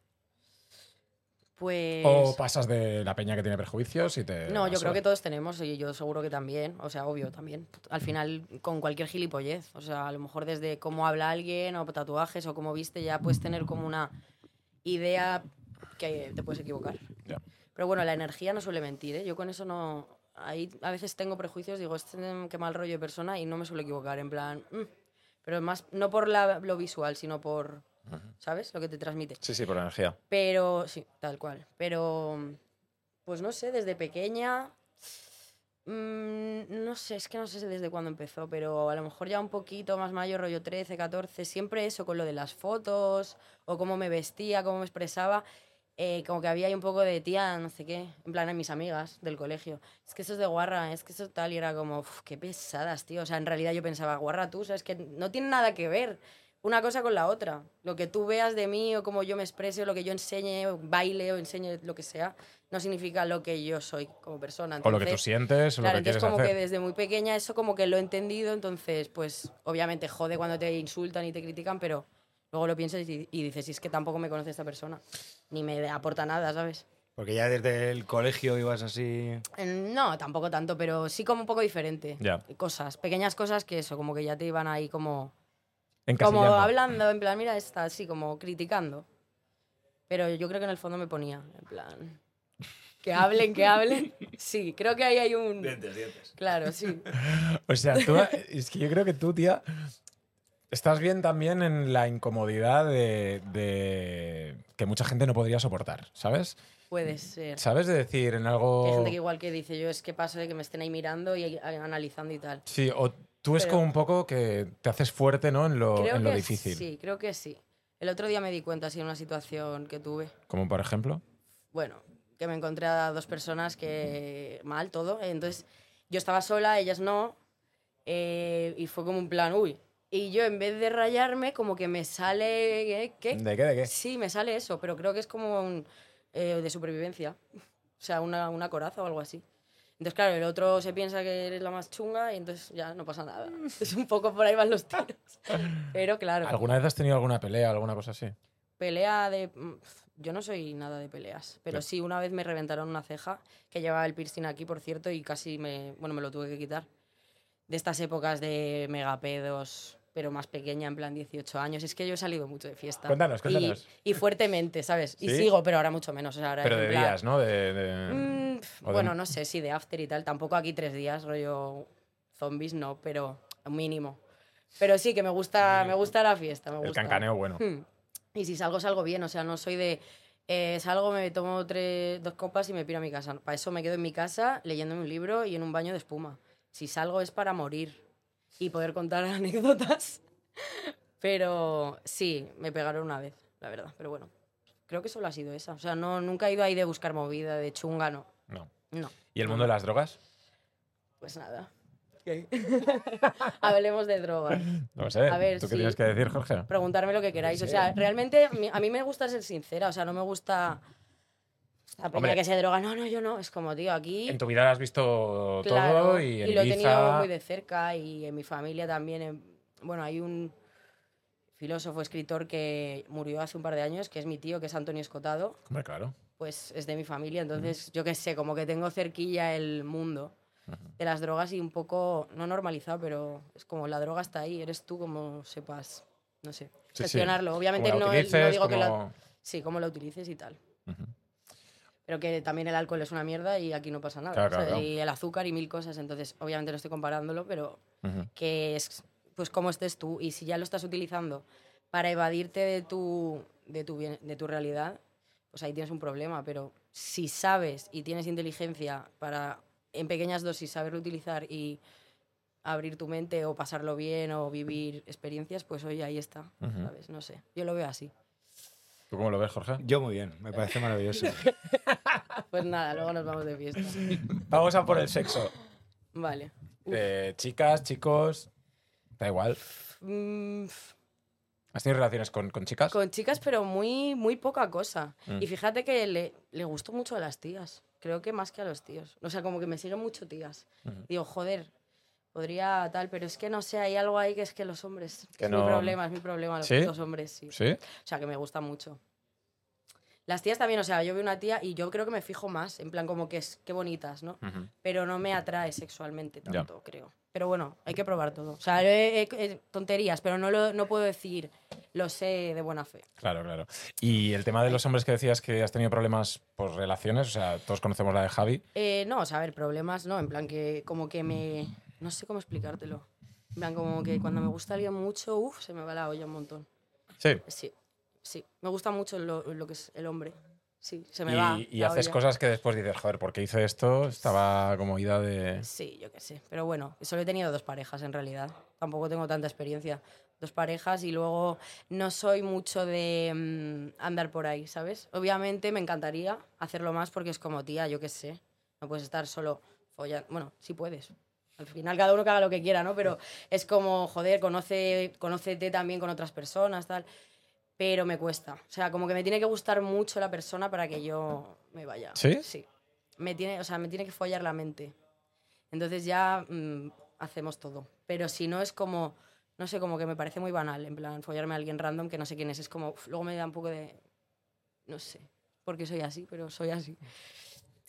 Speaker 2: Pues...
Speaker 1: ¿O pasas de la peña que tiene prejuicios y te...
Speaker 2: No, yo creo
Speaker 1: basura?
Speaker 2: que todos tenemos y yo seguro que también, o sea, obvio también. Al final, con cualquier gilipollez, o sea, a lo mejor desde cómo habla alguien o tatuajes o cómo viste, ya puedes tener como una idea que te puedes equivocar.
Speaker 1: Ya.
Speaker 2: Pero bueno, la energía no suele mentir, ¿eh? Yo con eso no... Ahí a veces tengo prejuicios, digo, este, mm, qué mal rollo de persona y no me suelo equivocar, en plan... mm. Pero más, no por la- lo visual, sino por, ¿sabes? Lo que te transmite.
Speaker 1: Sí, sí, por la energía.
Speaker 2: Pero, sí, tal cual. Pero, pues no sé, desde pequeña. mm, no sé, es que no sé desde cuándo empezó, pero a lo mejor ya un poquito más mayor, rollo 13, 14, siempre eso con lo de las fotos, o cómo me vestía, cómo me expresaba. eh, como que había ahí un poco de tía, no sé qué, en plan a mis amigas del colegio. Es que eso es de guarra, es que eso tal, y era como, "Uf, qué pesadas, tío. O sea, en realidad yo pensaba, guarra tú, sabes que no tiene nada que ver una cosa con la otra. Lo que tú veas de mí o cómo yo me exprese, o lo que yo enseñe, o baile o enseñe lo que sea, no significa lo que yo soy como persona.
Speaker 1: O lo que tú
Speaker 2: Entonces,
Speaker 1: sientes, o
Speaker 2: Claro,
Speaker 1: lo que quieres
Speaker 2: entonces como
Speaker 1: hacer.
Speaker 2: que desde muy pequeña eso como que lo he entendido, entonces pues obviamente jode cuando te insultan y te critican, pero luego lo piensas y, y dices, "Si es que tampoco me conoce esta persona, ni me aporta nada, ¿sabes?
Speaker 3: Porque ya desde el colegio ibas así...
Speaker 2: Eh, No, tampoco tanto, pero sí como un poco diferente.
Speaker 1: Ya.
Speaker 2: Cosas, pequeñas cosas que eso, como que ya te iban ahí como... Como
Speaker 1: Encasillando.
Speaker 2: hablando, en plan, mira esta, así como criticando. Pero yo creo que en el fondo me ponía, en plan... Que hablen, que hablen. Sí, creo que ahí hay un...
Speaker 4: Dientes, dientes.
Speaker 2: Claro, sí.
Speaker 1: O sea, tú, es que yo creo que tú, tía, Estás bien también en la incomodidad de, de que mucha gente no podría soportar, ¿sabes?
Speaker 2: Puede ser.
Speaker 1: ¿Sabes? De decir en
Speaker 2: Hay
Speaker 1: algo...
Speaker 2: gente que igual que dice, yo es que paso de que me estén ahí mirando y ahí analizando y tal.
Speaker 1: Sí, o tú es
Speaker 2: Pero-
Speaker 1: como un poco que te haces fuerte, ¿no? En lo, en lo difícil.
Speaker 2: sí, creo que sí. El otro día me di cuenta, así, en una situación que tuve.
Speaker 1: Como por ejemplo...
Speaker 2: bueno, que me encontré a dos personas que mal todo. Entonces yo estaba sola, ellas no. eh, y fue como un plan, uy. Y yo en vez de rayarme, como que me sale... ¿eh? ¿Qué?
Speaker 1: ¿De qué? ¿De qué?
Speaker 2: Sí, me sale eso, pero creo que es como un, eh, de supervivencia. O sea, una, una coraza o algo así. Entonces, claro, el otro se piensa que eres la más chunga y entonces ya no pasa nada. Es un poco por ahí van los tiros. Pero claro,
Speaker 1: ¿Alguna vez has tenido alguna pelea, alguna cosa así?
Speaker 2: Pelea de. mm, pf, Yo no soy nada de peleas, pero sí, una vez me reventaron una ceja, que llevaba el piercing aquí, por cierto, y casi me. Bueno, me lo tuve que quitar. De estas épocas de megapedos, pero más pequeña, en plan 18 años. Es que yo he salido mucho de fiesta.
Speaker 1: Cuéntanos,
Speaker 2: Y-
Speaker 1: cuéntanos.
Speaker 2: Y, fuertemente, ¿sabes? Y
Speaker 1: ¿Sí?
Speaker 2: sigo, pero ahora mucho menos. o sea, ahora
Speaker 1: Pero
Speaker 2: en
Speaker 1: de
Speaker 2: plan-
Speaker 1: días, ¿no? De, de-
Speaker 2: Mm, pf,
Speaker 1: o de-
Speaker 2: bueno, no sé, sí, de after y tal. Tampoco aquí tres días, rollo zombies, no, pero mínimo. Pero sí, que me gusta, me gusta la fiesta. Me
Speaker 1: el
Speaker 2: gusta.
Speaker 1: cancaneo bueno.
Speaker 2: Hmm. Y si salgo, salgo bien. O sea, no soy de. eh, salgo, me tomo tres, dos copas y me piro a mi casa. Para eso me quedo en mi casa leyéndome un libro y en un baño de espuma. Si salgo es para morir y poder contar anécdotas. Pero sí, me pegaron una vez, la verdad. Pero bueno, creo que solo ha sido esa. O sea, no, nunca he ido ahí de buscar movida, de chunga, no.
Speaker 1: No.
Speaker 2: No,
Speaker 1: ¿Y el mundo de las drogas?
Speaker 2: pues nada. Hablemos de drogas.
Speaker 1: No sé.
Speaker 2: A ver,
Speaker 1: ¿Tú qué
Speaker 2: sí.
Speaker 1: tienes que decir, Jorge?
Speaker 2: preguntarme lo que queráis. O sea, realmente a mí- a mí me gusta ser sincera, o sea, no me gusta la
Speaker 1: Hombre.
Speaker 2: peña que se droga. No, no, yo no. Es como, tío, aquí.
Speaker 1: En tu vida lo has visto
Speaker 2: claro,
Speaker 1: todo y en
Speaker 2: lo he tenido
Speaker 1: Ibiza.
Speaker 2: muy de cerca y en mi familia también. en- bueno, hay un filósofo, escritor que murió hace un par de años, que es mi tío, que es Antonio Escotado
Speaker 1: Hombre, claro.
Speaker 2: pues es de mi familia, entonces yo qué sé, como que tengo cerquilla el mundo de las drogas y un poco, no normalizado, pero es como la droga está ahí, eres tú como sepas, no sé,
Speaker 1: sí.
Speaker 2: gestionarlo. Obviamente
Speaker 1: Como la
Speaker 2: no, el- no
Speaker 1: utilices,
Speaker 2: digo que la...
Speaker 1: como-
Speaker 2: Sí, cómo la utilices y tal.
Speaker 1: Ujú.
Speaker 2: Pero que también el alcohol es una mierda y aquí no pasa nada.
Speaker 1: Claro,
Speaker 2: o sea,
Speaker 1: claro, claro.
Speaker 2: Y el azúcar y mil cosas, entonces obviamente no estoy comparándolo, pero
Speaker 1: Ujú.
Speaker 2: que es pues cómo estés tú y si ya lo estás utilizando para evadirte de tu de tu bien- de tu realidad pues ahí tienes un problema pero si sabes y tienes inteligencia para en pequeñas dosis saberlo utilizar y abrir tu mente o pasarlo bien o vivir experiencias pues oye ahí está
Speaker 1: Ujú.
Speaker 2: sabes no sé yo lo veo así
Speaker 1: ¿Tú cómo lo ves, Jorge?
Speaker 3: Yo muy bien, me parece maravilloso.
Speaker 2: pues nada luego nos vamos de fiesta
Speaker 1: Vamos a por el sexo.
Speaker 2: vale
Speaker 1: Eh, chicas, chicos. Da igual.
Speaker 2: Mm,
Speaker 1: ¿Has tenido relaciones con, con chicas?
Speaker 2: Con chicas, pero muy, muy poca cosa.
Speaker 1: Mm.
Speaker 2: Y fíjate que le, le gustó mucho a las tías. Creo que más que a los tíos. O sea, como que me siguen mucho tías.
Speaker 1: Ujú.
Speaker 2: Digo, joder, podría tal, pero es que no sé, hay algo ahí que es que los hombres.
Speaker 1: Que
Speaker 2: es
Speaker 1: no-
Speaker 2: mi problema, es mi problema, los
Speaker 1: ¿Sí?
Speaker 2: putos hombres, sí.
Speaker 1: ¿Sí?
Speaker 2: O sea, que me gusta mucho. Las tías también, o sea, yo veo una tía y yo creo que me fijo más, en plan como que es qué bonitas, ¿no?
Speaker 1: Ujú.
Speaker 2: Pero no me atrae sexualmente
Speaker 1: Ya.
Speaker 2: tanto, creo. Pero bueno, hay que probar todo. O sea, eh, eh, eh, tonterías, pero no, lo, no puedo decir, lo sé de buena fe.
Speaker 1: Claro, claro. Y el tema de los hombres que decías que has tenido problemas por relaciones, o sea, todos conocemos la de Javi.
Speaker 2: Eh, no, o sea, a ver, problemas, no, en plan que como que me... No sé cómo explicártelo. En plan como que cuando me gusta alguien mucho, uff, se me va la olla un montón. Eh,
Speaker 1: Sí.
Speaker 2: Sí, sí, me gusta mucho lo, lo que es el hombre. Sí, se me
Speaker 1: Y,
Speaker 2: va.
Speaker 1: y
Speaker 2: la
Speaker 1: haces
Speaker 2: olla.
Speaker 1: cosas que después dices, joder, ¿por qué hice esto? Estaba como ida de...
Speaker 2: Sí, yo qué sé. Pero bueno, solo he tenido dos parejas en realidad. Tampoco tengo tanta experiencia. Dos parejas y luego no soy mucho de mm, andar por ahí, ¿sabes? Obviamente me encantaría hacerlo más porque es como tía, yo qué sé. No puedes estar solo follando. Bueno, sí puedes. Al final cada uno que haga lo que quiera, ¿no? Pero es como, joder, conoce, conócete también con otras personas, tal. Pero me cuesta. O sea, como que me tiene que gustar mucho la persona para que yo me vaya.
Speaker 1: ¿Sí?
Speaker 2: Sí. Me tiene, o sea, me tiene que follar la mente. Entonces ya mm, hacemos todo. Pero si no es como, no sé, como que me parece muy banal, en plan, follarme a alguien random que no sé quién es. Es como, uf, luego me da un poco de, no sé, porque soy así, pero soy así.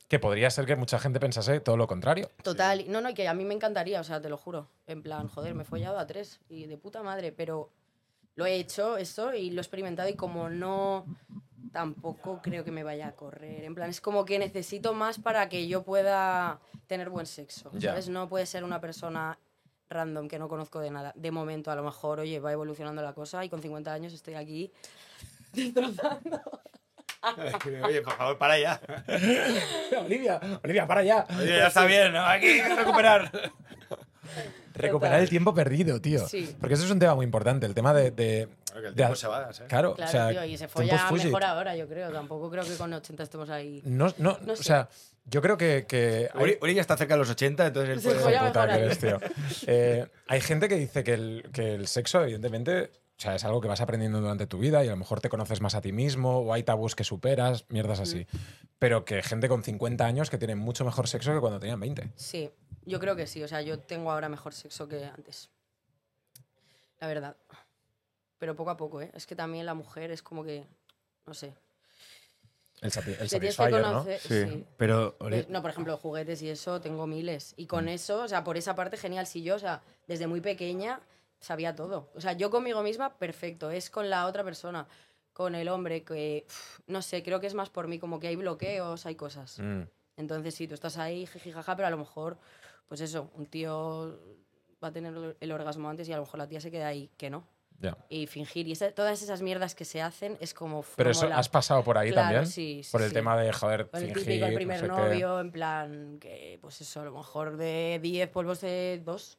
Speaker 1: Que podría ser que mucha gente pensase todo lo contrario.
Speaker 2: Total, no, no, y que a mí me encantaría, o sea, te lo juro. En plan, joder, me he follado a tres y de puta madre, pero lo he hecho eso y lo he experimentado y como no, tampoco creo que me vaya a correr. En plan, es como que necesito más para que yo pueda tener buen sexo.
Speaker 1: Ya.
Speaker 2: ¿Sabes? No puede ser una persona random que no conozco de nada. De momento, a lo mejor, oye, va evolucionando la cosa y con 50 años estoy aquí destrozando.
Speaker 4: Oye, por favor, para ya.
Speaker 1: Olivia, Olivia, para ya.
Speaker 4: Oye, ya está bien, ¿no? Aquí hay que recuperar.
Speaker 1: Recuperar
Speaker 2: Total.
Speaker 1: el tiempo perdido, tío.
Speaker 2: Sí.
Speaker 1: Porque eso es un tema muy importante, el tema de... de-
Speaker 4: Porque el
Speaker 1: de-
Speaker 4: tiempo se va, ¿eh?
Speaker 1: Claro,
Speaker 2: Claro,
Speaker 1: o sea,
Speaker 2: tío, y se
Speaker 1: tiempos
Speaker 2: folla
Speaker 1: fugit.
Speaker 2: mejor ahora, yo creo. Tampoco creo que con 80 estemos ahí.
Speaker 1: No, no,
Speaker 2: No
Speaker 1: o
Speaker 2: sé.
Speaker 1: sea, yo creo que... que hay-
Speaker 4: Uri, Uri ya está cerca de los 80, entonces él
Speaker 2: Se
Speaker 1: Hijo
Speaker 4: puede...
Speaker 1: de
Speaker 2: folla
Speaker 1: puta
Speaker 2: mejor
Speaker 1: que
Speaker 2: ahí.
Speaker 1: eres, tío. Eh, hay gente que dice que el, que el sexo, evidentemente, o sea, es algo que vas aprendiendo durante tu vida y a lo mejor te conoces más a ti mismo o hay tabús que superas, mierdas así.
Speaker 2: Mm.
Speaker 1: Pero que gente con 50 años que tiene mucho mejor sexo que cuando tenían 20.
Speaker 2: Sí, yo creo que sí. O sea, yo tengo ahora mejor sexo que antes. La verdad. Pero poco a poco, ¿eh? Es que también la mujer es como que. No sé.
Speaker 1: El, sati- el
Speaker 2: Te tienes que
Speaker 1: satisfyer, ¿no?
Speaker 2: conocer-
Speaker 3: Sí,
Speaker 2: sí.
Speaker 3: pero
Speaker 2: Pues, No, por ejemplo, juguetes y eso, tengo miles. Y con eso, o sea, por esa parte, genial. Si yo, o sea, desde muy pequeña sabía todo. O sea, yo conmigo misma, perfecto. Es con la otra persona, con el hombre, que, uf, no sé, creo que es más por mí, como que hay bloqueos, hay cosas.
Speaker 1: Mm.
Speaker 2: Entonces, sí, tú estás ahí, jiji, jaja, pero a lo mejor, pues eso, un tío va a tener el orgasmo antes y a lo mejor la tía se queda ahí, que no.
Speaker 1: Ya.
Speaker 2: Y fingir. Y esa- todas esas mierdas que se hacen es como... uf,
Speaker 1: Pero
Speaker 2: no
Speaker 1: eso
Speaker 2: mola.
Speaker 1: has pasado por ahí
Speaker 2: Claro,
Speaker 1: también.
Speaker 2: sí, sí,
Speaker 1: por el
Speaker 2: sí.
Speaker 1: tema de joder,
Speaker 2: Con el
Speaker 1: fingir,
Speaker 2: típico, el
Speaker 1: no
Speaker 2: primer
Speaker 1: sé qué.
Speaker 2: novio, en plan, que pues eso, a lo mejor de 10 polvos de 2.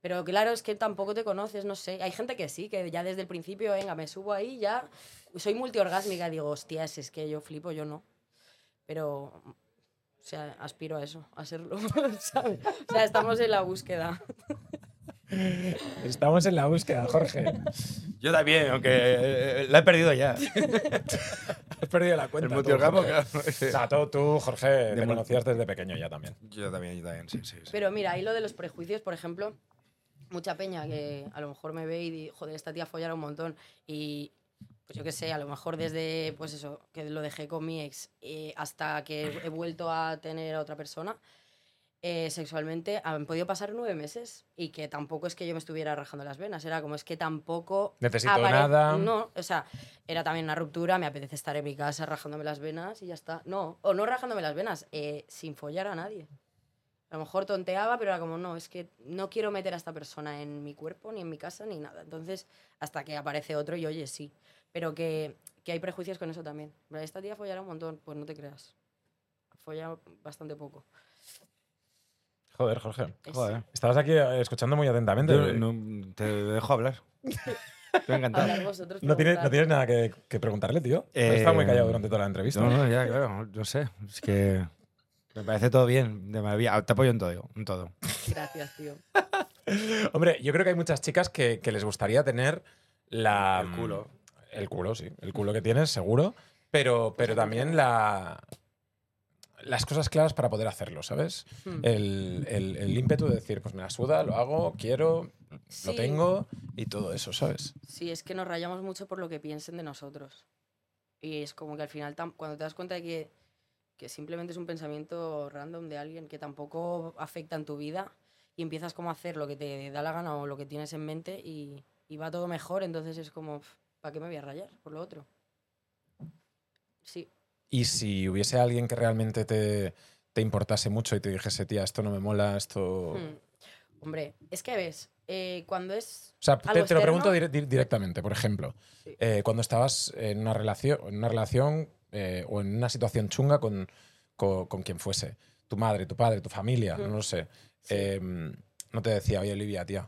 Speaker 2: Pero claro, es que tampoco te conoces, no sé. Hay gente que sí, que ya desde el principio, venga, me subo ahí, ya. Soy multiorgásmica, digo, hostias, es que yo flipo, yo no. Pero, o sea, aspiro a eso, a serlo, ¿sabes? O sea, estamos en la búsqueda.
Speaker 1: Estamos en la búsqueda, Jorge.
Speaker 4: Yo también, aunque eh, la he perdido ya.
Speaker 1: Has perdido la cuenta.
Speaker 4: El
Speaker 1: tú,
Speaker 4: multiorgasmo,
Speaker 1: Jorge.
Speaker 4: claro.
Speaker 1: O sea, tú, tú, Jorge, te
Speaker 4: mul-
Speaker 1: conocías desde pequeño ya también.
Speaker 4: Yo también, yo también, sí, sí. sí.
Speaker 2: Pero mira, ahí lo de los prejuicios, por ejemplo, mucha peña que a lo mejor me ve y dice, joder, esta tía follará un montón. Y pues yo qué sé, a lo mejor desde, pues eso, que lo dejé con mi ex eh, hasta que he vuelto a tener a otra persona, eh, sexualmente han podido pasar nueve meses y que tampoco es que yo me estuviera rajando las venas, era como es que tampoco...
Speaker 1: Necesito
Speaker 2: apare-
Speaker 1: nada.
Speaker 2: No, o sea, era también una ruptura, me apetece estar en mi casa rajándome las venas y ya está. No, o no rajándome las venas, eh, sin follar a nadie. A lo mejor tonteaba, pero era como, no, es que no quiero meter a esta persona en mi cuerpo, ni en mi casa, ni nada. Entonces, hasta que aparece otro y oye, sí. Pero que, que hay prejuicios con eso también. En plan, Esta tía follará un montón, pues no te creas. Folla bastante poco.
Speaker 1: Joder, Jorge.
Speaker 2: Es-
Speaker 4: Joder.
Speaker 1: Estabas aquí eh, escuchando muy atentamente.
Speaker 4: Yo no- te dejo hablar. Te ha encantado.
Speaker 2: hablar vosotros.
Speaker 1: No tienes, no
Speaker 2: preguntar.
Speaker 1: tienes nada que, que preguntarle, tío. Está
Speaker 4: Eh,
Speaker 1: muy callado durante toda la entrevista.
Speaker 4: No, no, ya, claro, no sé. Es que me parece todo bien, de maravilla. Te apoyo en todo, en todo.
Speaker 2: Gracias, tío.
Speaker 1: Hombre, yo creo que hay muchas chicas que, que les gustaría tener la.
Speaker 4: El culo.
Speaker 1: El culo, sí. El culo que tienes, seguro. Pero, pero también la. Las cosas claras para poder hacerlo, ¿sabes?
Speaker 2: Hmm.
Speaker 1: El, el- el ímpetu de decir, pues me la suda, lo hago, quiero, lo
Speaker 2: Sí.
Speaker 1: tengo y todo eso, ¿sabes?
Speaker 2: Sí, es que nos rayamos mucho por lo que piensen de nosotros. Y es como que al final, tam- cuando te das cuenta de que, que simplemente es un pensamiento random de alguien que tampoco afecta en tu vida y empiezas como a hacer lo que te da la gana o lo que tienes en mente y, y va todo mejor, entonces es como, ¿para qué me voy a rayar por lo otro? Sí,
Speaker 1: Y si hubiese alguien que realmente te, te importase mucho y te dijese, tía, esto no me mola, esto.
Speaker 2: hmm. hombre, es que ves, eh, cuando es...
Speaker 1: O sea, te,
Speaker 2: Algo
Speaker 1: te lo pregunto
Speaker 2: externo.
Speaker 1: dire- di- directamente, por ejemplo,
Speaker 2: Sí.
Speaker 1: eh, cuando estabas en una relación, en una relación eh, o en una situación chunga con, con, con quien fuese, tu madre, tu padre, tu familia,
Speaker 2: Mm.
Speaker 1: no lo sé,
Speaker 2: Sí.
Speaker 1: eh, no te decía, oye, Olivia, tía,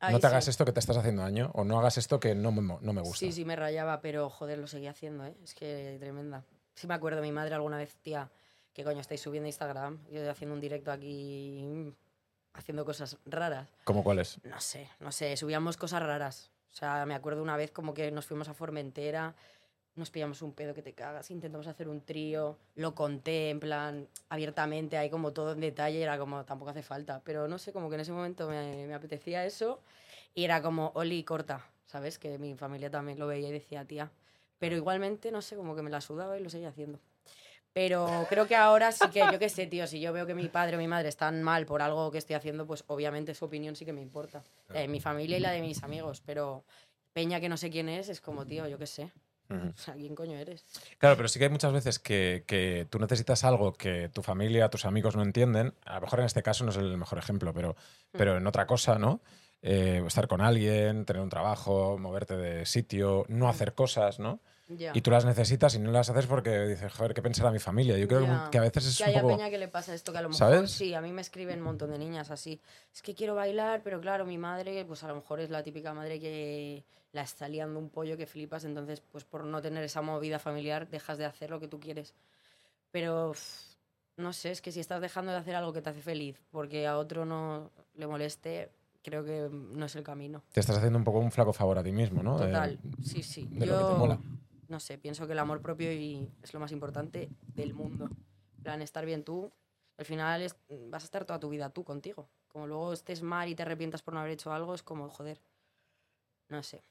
Speaker 2: ahí
Speaker 1: no te
Speaker 2: sí.
Speaker 1: hagas esto que te estás haciendo daño o no hagas esto que no me, mo- no me gusta.
Speaker 2: Sí, sí, me rayaba, pero joder, lo seguía haciendo, ¿eh? Es que tremenda. Sí me acuerdo, mi madre alguna vez, tía, que coño, estáis subiendo a Instagram, yo estoy haciendo un directo aquí, mm, haciendo cosas raras.
Speaker 1: ¿Cómo cuál es?
Speaker 2: No sé, no sé, subíamos cosas raras. O sea, me acuerdo una vez como que nos fuimos a Formentera, nos pillamos un pedo que te cagas, intentamos hacer un trío, lo conté en plan abiertamente, ahí como todo en detalle, era como tampoco hace falta, pero no sé, como que en ese momento me, me apetecía eso y era como, Oli, corta, ¿sabes? Que mi familia también lo veía y decía, tía, pero igualmente, no sé, como que me la sudaba y lo seguía haciendo. Pero creo que ahora sí que, yo qué sé, tío, si yo veo que mi padre o mi madre están mal por algo que estoy haciendo, pues obviamente su opinión sí que me Eh, importa. La de mi familia y la de mis amigos, pero Peña que no sé quién es, es como, tío, yo qué sé.
Speaker 1: Ujú.
Speaker 2: O sea, ¿quién coño eres?
Speaker 1: Claro, pero sí que hay muchas veces que, que tú necesitas algo que tu familia, tus amigos no entienden. A lo mejor en este caso no es el mejor ejemplo, pero,
Speaker 2: Mm.
Speaker 1: pero en otra cosa, ¿no? Eh, estar con alguien, tener un trabajo, moverte de sitio, no hacer cosas, ¿no?
Speaker 2: Mm. Ya.
Speaker 1: Y tú las necesitas y no las haces porque dices, joder, ¿qué pensará mi familia? Yo creo que-
Speaker 2: Ya.
Speaker 1: que a veces es
Speaker 2: Que
Speaker 1: un
Speaker 2: haya
Speaker 1: poco...
Speaker 2: peña que le pasa esto, que a lo mejor
Speaker 1: ¿Sabes?
Speaker 2: sí, a mí me escriben un montón de niñas así. Es que quiero bailar, pero claro, mi madre, pues a lo mejor es la típica madre que la está liando un pollo que flipas, entonces, pues por no tener esa movida familiar, dejas de hacer lo que tú quieres. Pero uf, no sé, es que si estás dejando de hacer algo que te hace feliz porque a otro no le moleste, creo que no es el camino.
Speaker 1: Te estás haciendo un poco un flaco favor a ti mismo, ¿no? Eh, De-
Speaker 2: Total, sí, sí.
Speaker 1: de lo que te
Speaker 2: Yo,
Speaker 1: mola.
Speaker 2: no sé, pienso que el amor propio y es lo más importante del mundo. En plan, estar bien tú, al final es- vas a estar toda tu vida tú contigo. Como luego estés mal y te arrepientas por no haber hecho algo, es como, joder, no sé.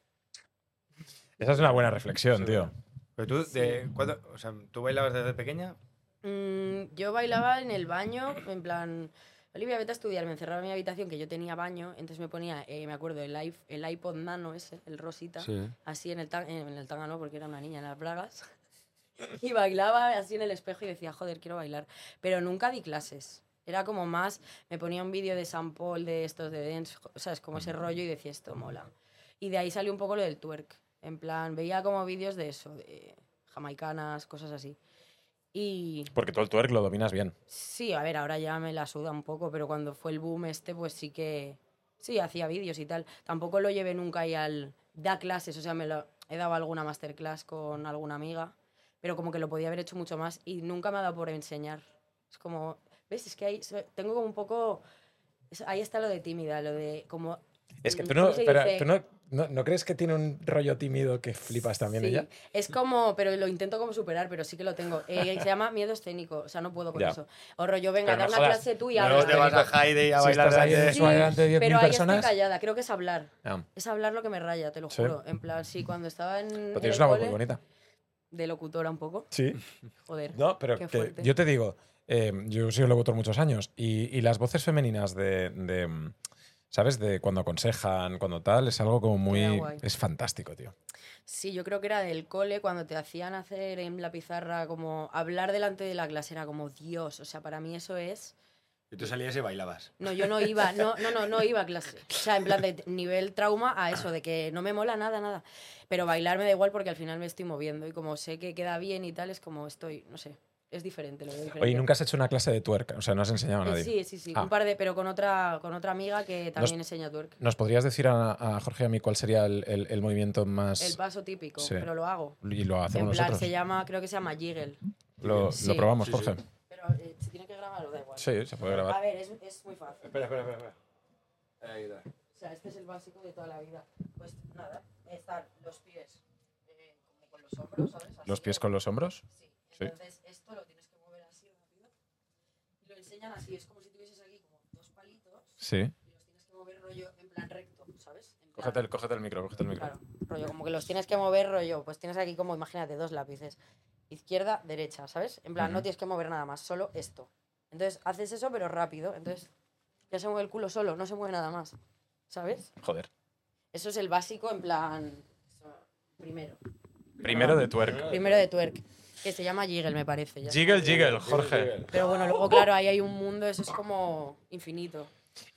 Speaker 1: Esa es una buena reflexión, tío.
Speaker 4: Pero tú, de, ¿cuándo- o sea, ¿tú bailabas desde pequeña?
Speaker 2: Mm, yo bailaba en el baño, en plan, Olivia, vete a estudiar. Me encerraba en mi habitación, que yo tenía baño, entonces me ponía, eh, me acuerdo, el, iP- el iPod nano ese, el rosita. así en el, tan- en el tanga, no, porque era una niña en las bragas. Y bailaba así en el espejo y decía, joder, quiero bailar. Pero nunca di clases. Era como más, me ponía un vídeo de San Paul, de estos de dance, o sea, es como ese rollo y decía, esto mola. Y de ahí salió un poco lo del twerk. En plan, veía como vídeos de eso, de jamaicanas, cosas así. Y
Speaker 1: Porque tú el twerk lo dominas bien.
Speaker 2: Sí, a ver, ahora ya me la suda un poco, pero cuando fue el boom este, pues sí que. Sí, hacía vídeos y tal. Tampoco lo llevé nunca ahí al. Da clases, o sea, me lo, he dado alguna masterclass con alguna amiga, pero como que lo podía haber hecho mucho más y nunca me ha dado por enseñar. Es como. ¿Ves? Es que ahí so- tengo como un poco. es- Ahí está lo de tímida, lo de como.
Speaker 1: Es que tú
Speaker 2: ¿cómo
Speaker 1: no,
Speaker 2: se
Speaker 1: espera,
Speaker 2: dice?
Speaker 1: ¿tú no, no- no crees que tiene un rollo tímido que flipas también
Speaker 2: Sí,
Speaker 1: ella?
Speaker 2: Es como, pero lo intento como superar, pero sí que lo tengo. Eh, se llama miedo escénico, o sea, no puedo con
Speaker 1: Ya.
Speaker 2: eso. O rollo, venga,
Speaker 1: Pero
Speaker 2: da
Speaker 1: no
Speaker 2: una
Speaker 1: jodas,
Speaker 2: clase tú y
Speaker 1: luego
Speaker 2: habla.
Speaker 1: te vas a
Speaker 4: Jaide
Speaker 1: a bailar delante
Speaker 4: ¿eh?
Speaker 1: de-
Speaker 2: Sí,
Speaker 1: Eso delante de 10.000
Speaker 2: pero ahí
Speaker 1: personas.
Speaker 2: estoy callada, creo que es hablar.
Speaker 1: Ah,
Speaker 2: Es hablar lo que me raya, te lo
Speaker 1: Sí.
Speaker 2: juro. En plan, sí, cuando estaba en.
Speaker 1: pero
Speaker 2: en
Speaker 1: tienes
Speaker 2: el
Speaker 1: una voz muy
Speaker 2: cole,
Speaker 1: bonita.
Speaker 2: De locutora un poco,
Speaker 1: Sí.
Speaker 2: joder.
Speaker 1: No, pero
Speaker 2: Qué
Speaker 1: que
Speaker 2: fuerte.
Speaker 1: yo te digo, eh, yo he sido locutor muchos años y, y las voces femeninas de, de, mm, ¿sabes? De cuando aconsejan, cuando tal, es algo como
Speaker 2: Queda
Speaker 1: muy...
Speaker 2: guay.
Speaker 1: Es fantástico, tío.
Speaker 2: Sí, yo creo que era del cole cuando te hacían hacer en la pizarra como hablar delante de la clase, era como Dios. O sea, para mí eso es.
Speaker 4: Y tú salías y bailabas.
Speaker 2: No, yo no iba, no, no, no, no iba a clase. O sea, en plan de nivel trauma a eso, de que no me mola nada, nada. Pero bailar me da igual porque al final me estoy moviendo y como sé que queda bien y tal, es como estoy, no sé, es diferente. Lo veo diferente.
Speaker 1: Oye, ¿y nunca has hecho una clase de tuerca, o sea, no has enseñado a
Speaker 2: Eh,
Speaker 1: nadie.
Speaker 2: Sí, sí, sí.
Speaker 1: Ah.
Speaker 2: Un par de, pero con otra, con otra amiga que también enseña twerk.
Speaker 1: ¿Nos podrías decir a, a Jorge y a mí cuál sería el, el- el movimiento
Speaker 2: El
Speaker 1: más...
Speaker 2: paso típico,
Speaker 1: Sí.
Speaker 2: pero lo hago.
Speaker 1: Y lo
Speaker 2: En
Speaker 1: hacemos
Speaker 2: plan,
Speaker 1: nosotros.
Speaker 2: se llama, creo que se llama jiggle.
Speaker 1: Lo,
Speaker 2: Sí.
Speaker 1: lo probamos,
Speaker 4: Sí, sí.
Speaker 1: Jorge.
Speaker 2: Pero eh, se tiene que grabar, o da igual.
Speaker 1: Sí, se puede
Speaker 2: A
Speaker 1: grabar.
Speaker 2: ver, es, es muy fácil.
Speaker 4: Espera, espera, espera. Ahí está.
Speaker 2: O sea, este es el básico de toda la vida. Pues nada, estar los pies eh, como con los hombros, ¿sabes? Así,
Speaker 1: Los pies con los hombros.
Speaker 2: Sí.
Speaker 1: Sí.
Speaker 2: Entonces, esto lo tienes que mover así rápido. Y lo enseñan así, es como si tuvieses aquí como dos palitos
Speaker 1: Sí.
Speaker 2: y los tienes que mover rollo en plan recto, ¿sabes? En plan-
Speaker 1: Cógete el, cógete el micro, cógete el micro.
Speaker 2: Claro, rollo, como que los tienes que mover, rollo, pues tienes aquí como, imagínate, dos lápices, izquierda, derecha, ¿sabes? En plan, no
Speaker 1: Ujú.
Speaker 2: tienes que mover nada más, solo esto. Entonces, haces eso, pero rápido, entonces ya se mueve el culo solo, no se mueve nada más, ¿sabes?
Speaker 1: Joder.
Speaker 2: Eso es el básico, en plan, eso, primero,
Speaker 1: Primero de tuerca.
Speaker 2: primero de twerk, que se llama jiggle, me parece. ya.
Speaker 1: Jiggle, jiggle, Jorge.
Speaker 2: Pero bueno, luego, claro, ahí hay un mundo, eso es como infinito.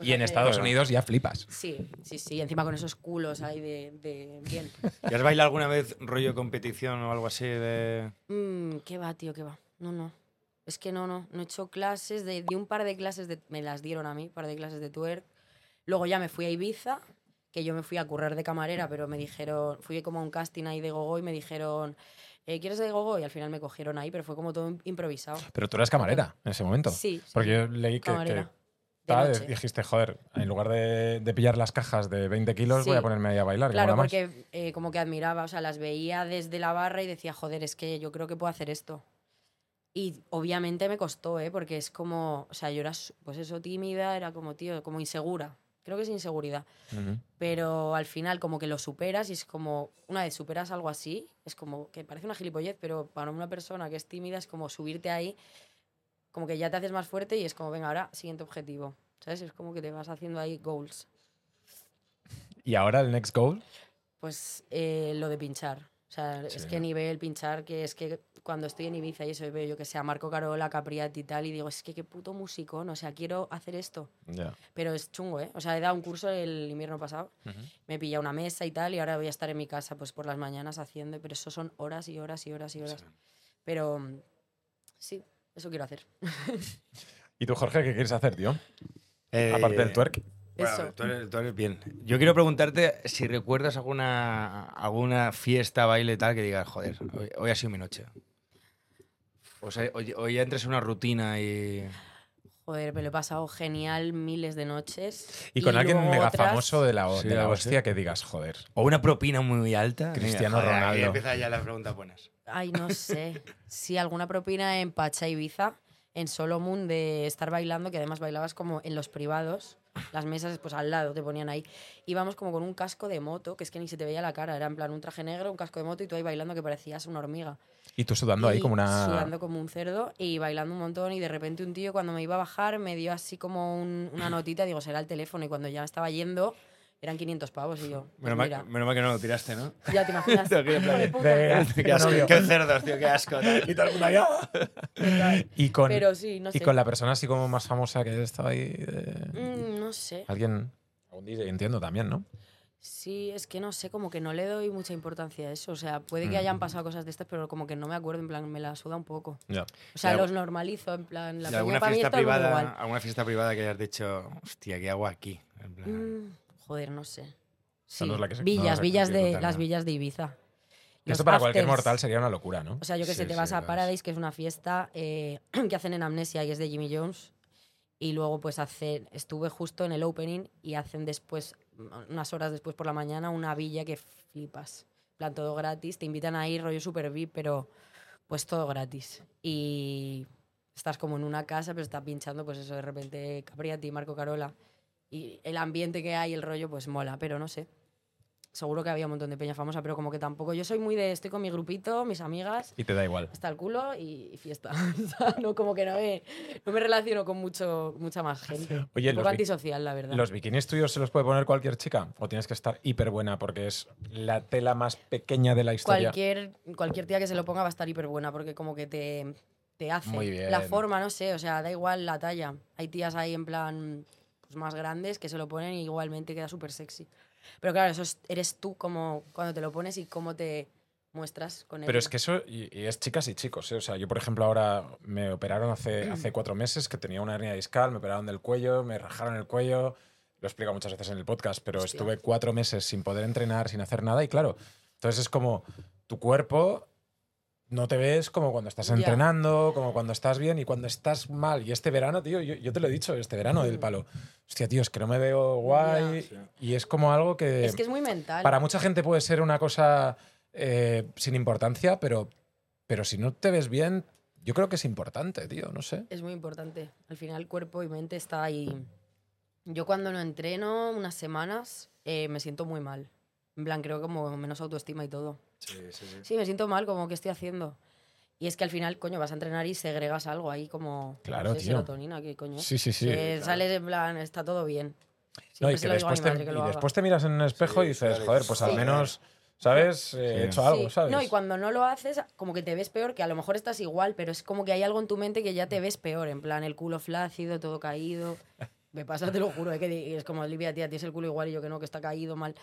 Speaker 2: O
Speaker 1: Y
Speaker 2: sea
Speaker 1: en
Speaker 2: que-
Speaker 1: Estados Unidos ya flipas.
Speaker 2: Sí, sí, sí, encima con esos culos ahí de, de bien.
Speaker 4: ¿Y has bailado alguna vez rollo competición o algo así de...?
Speaker 2: Mm, ¿Qué va, tío? ¿Qué va? No, no. Es que no, no. No he hecho clases. De, di un par de clases, de, me las dieron a mí, un par de clases de twerk. Luego ya me fui a Ibiza, que yo me fui a currar de camarera, pero me dijeron, fui como a un casting ahí de gogo y me dijeron, eh, ¿quieres de gogo? Y al final me cogieron ahí, pero fue como todo im- improvisado.
Speaker 1: Pero tú eras camarera en ese momento.
Speaker 2: Sí, sí,
Speaker 1: Porque yo leí que, que
Speaker 2: camarera. De
Speaker 1: tal,
Speaker 2: noche.
Speaker 1: dijiste, joder, en lugar de, de pillar las cajas de 20 kilos,
Speaker 2: Sí.
Speaker 1: voy a ponerme ahí a bailar. que
Speaker 2: Claro,
Speaker 1: mola más.
Speaker 2: porque eh, como que admiraba, o sea, las veía desde la barra y decía, joder, es que yo creo que puedo hacer esto. Y obviamente me costó, ¿eh? Porque es como, o sea, yo era, su- pues eso, tímida, era como, tío, como insegura. Creo que es inseguridad.
Speaker 1: Ujú.
Speaker 2: Pero al final como que lo superas y es como, una vez superas algo así, es como que parece una gilipollez, pero para una persona que es tímida es como subirte ahí, como que ya te haces más fuerte y es como, venga, ahora siguiente objetivo. ¿Sabes? Es como que te vas haciendo ahí goals.
Speaker 1: Y ahora el next goal.
Speaker 2: Pues eh, lo de pinchar. O sea, es
Speaker 1: Sí,
Speaker 2: que
Speaker 1: ¿no?
Speaker 2: nivel pinchar, que es que cuando estoy en Ibiza y eso veo yo que sea Marco Carola, Capriati y tal, y digo, es que qué puto musicón, o sea, quiero hacer esto.
Speaker 1: Ya.
Speaker 2: Pero es chungo, ¿eh? O sea, he dado un curso el invierno pasado,
Speaker 1: Ujú.
Speaker 2: me pilla una mesa y tal, y ahora voy a estar en mi casa pues por las mañanas haciendo, pero eso son horas y horas y horas y horas. Pero mm, sí, eso quiero hacer.
Speaker 1: ¿Y tú, Jorge, qué quieres hacer, tío?
Speaker 4: Eh,
Speaker 1: Aparte del twerk.
Speaker 4: bueno,
Speaker 2: Eso.
Speaker 4: tú eres- tú eres bien. Yo quiero preguntarte si recuerdas alguna, alguna fiesta, baile, tal, que digas, joder, hoy, hoy ha sido mi noche. O sea, hoy, hoy ya entras en una rutina y.
Speaker 2: Joder, me lo he pasado genial miles de noches.
Speaker 1: Y con alguien
Speaker 2: luego
Speaker 1: mega
Speaker 2: otras-
Speaker 1: famoso de la,
Speaker 4: Sí,
Speaker 1: de la
Speaker 4: algo así.
Speaker 1: hostia que digas, joder.
Speaker 4: O una propina muy alta.
Speaker 1: Cristiano
Speaker 4: Mira, joder,
Speaker 1: Ronaldo.
Speaker 4: Ahí empieza ya las preguntas buenas.
Speaker 2: Ay, no sé. Sí, alguna propina en Pacha Ibiza, en Solomon, de estar bailando, que además bailabas como en los privados. Las mesas, pues al lado te ponían ahí. Íbamos como con un casco de moto, que es que ni se te veía la cara. Era en plan un traje negro, un casco de moto y tú ahí bailando que parecías una hormiga.
Speaker 1: Y tú sudando ahí
Speaker 2: Y
Speaker 1: como una.
Speaker 2: Sudando como un cerdo y bailando un montón. Y de repente un tío, cuando me iba a bajar, me dio así como un- una notita. Digo, será el teléfono. Y cuando ya estaba yendo, eran 500 pavos. Y yo, pues
Speaker 4: Menos
Speaker 2: mira,
Speaker 4: mal, menos mal que no lo tiraste, ¿no?
Speaker 2: ya te imaginas.
Speaker 4: Tengo que ir en plan
Speaker 2: hijo de
Speaker 4: de-
Speaker 2: puta.
Speaker 4: Qué asco, qué cerdos, tío, qué asco. tal.
Speaker 1: Y tal, una ya. Y con,
Speaker 2: Pero sí, no sé.
Speaker 1: y con la persona así como más famosa que estaba ahí. eh,
Speaker 2: Mm, no sé.
Speaker 1: Alguien. Algún DJ, entiendo también, ¿no?
Speaker 2: Sí, es que no sé, como que no le doy mucha importancia a eso. O sea, puede que
Speaker 1: Mm.
Speaker 2: hayan pasado cosas de estas, pero como que no me acuerdo, en plan, me la suda un poco.
Speaker 1: Ya.
Speaker 2: O sea,
Speaker 4: algu-
Speaker 2: los normalizo, en plan, la
Speaker 4: ¿Y
Speaker 2: peña
Speaker 4: alguna
Speaker 2: para mí
Speaker 4: fiesta,
Speaker 2: es todo el mundo
Speaker 4: privada, alguna fiesta privada que hayas dicho, hostia, ¿qué hago aquí? En plan,
Speaker 2: igual. Mm, joder, no sé. Sí,
Speaker 1: no es la que se- no
Speaker 2: villas,
Speaker 1: es la que
Speaker 2: villas
Speaker 1: se
Speaker 2: de,
Speaker 1: quiere
Speaker 2: las
Speaker 1: contar,
Speaker 2: villas de Ibiza. Los
Speaker 1: Esto para cualquier
Speaker 2: afters.
Speaker 1: mortal sería una locura, ¿no?
Speaker 2: O sea, yo que sé,
Speaker 4: Sí,
Speaker 2: te
Speaker 4: sí,
Speaker 2: vas a
Speaker 4: claro,
Speaker 2: Paradise, que es una fiesta eh, que hacen en Amnesia y es de Jimmy Jones. Y luego, pues, hacen, estuve justo en el opening y hacen después, mm, unas horas después por la mañana, una villa que flipas. En plan, todo gratis. Te invitan a ir, rollo super VIP, pero pues todo gratis. Y estás como en una casa, pero está pinchando, pues eso, de repente Capriati, Marco Carola. Y el ambiente que hay, el rollo, pues mola, pero no sé. Seguro que había un montón de peña famosa, pero como que tampoco. Yo soy muy de. Estoy con mi grupito, mis amigas,
Speaker 1: Y te da igual.
Speaker 2: hasta el culo y, y fiesta. O sea, no, como que no me, no me relaciono con mucho, mucha más gente.
Speaker 1: Oye,
Speaker 2: un
Speaker 1: los
Speaker 2: poco
Speaker 1: vi-
Speaker 2: antisocial, la verdad.
Speaker 1: ¿Los bikinis tuyos se los puede poner cualquier chica? ¿O tienes que estar hiper buena porque es la tela más pequeña de la historia?
Speaker 2: cualquier, cualquier tía que se lo ponga va a estar hiper buena porque como que te, te hace.
Speaker 1: Muy bien.
Speaker 2: La forma, no sé, o sea, da igual la talla. Hay tías ahí en plan pues, más grandes que se lo ponen y igualmente queda súper sexy. Pero claro, eso es- eres tú como cuando te lo pones y cómo te muestras con él.
Speaker 1: Pero es que eso, y, y es chicas y chicos, ¿eh? O sea, yo, por ejemplo, ahora me operaron hace, hace cuatro meses que tenía una hernia discal, me operaron del cuello, me rajaron el cuello. Lo he explicado muchas veces en el podcast, pero
Speaker 2: Hostia.
Speaker 1: estuve cuatro meses sin poder entrenar, sin hacer nada, y claro, entonces es como tu cuerpo no te ves como cuando estás
Speaker 2: Ya.
Speaker 1: entrenando, como cuando estás bien y cuando estás mal. Y este verano, tío, yo, yo te lo he dicho, este verano
Speaker 2: Mm.
Speaker 1: del palo. Hostia, tío, es que no me veo guay. Y es como algo que.
Speaker 2: Es que es muy mental.
Speaker 1: Para mucha gente puede ser una cosa eh, sin importancia, pero, pero si no te ves bien, yo creo que es importante, tío, no sé.
Speaker 2: Es muy importante. Al final, cuerpo y mente está ahí. Yo cuando no entreno unas semanas eh, me siento muy mal. En plan, creo como menos autoestima y todo. Sí, me siento mal, como que estoy haciendo. Y es que al final, coño, vas a entrenar y segregas algo ahí como
Speaker 1: Claro,
Speaker 2: no sé,
Speaker 1: tío.
Speaker 2: serotonina, que coño. es?
Speaker 1: sí,
Speaker 2: que sales en plan, está todo bien.
Speaker 1: No,
Speaker 2: Siempre
Speaker 1: y
Speaker 2: se
Speaker 1: que
Speaker 2: lo digo a mi
Speaker 1: después, te,
Speaker 2: madre que lo
Speaker 1: y
Speaker 2: haga.
Speaker 1: después te miras en el espejo y dices, joder, pues al
Speaker 2: Sí.
Speaker 1: menos, ¿sabes?
Speaker 4: Sí.
Speaker 1: Eh, He hecho algo,
Speaker 2: Sí.
Speaker 1: ¿sabes?
Speaker 2: No, y cuando no lo haces, como que te ves peor, que a lo mejor estás igual, pero es como que hay algo en tu mente que ya te ves peor, en plan el culo flácido, todo caído. Me pasa, te lo juro, es que di- es como Olivia, tía, tienes el culo igual y yo que no, que está caído mal.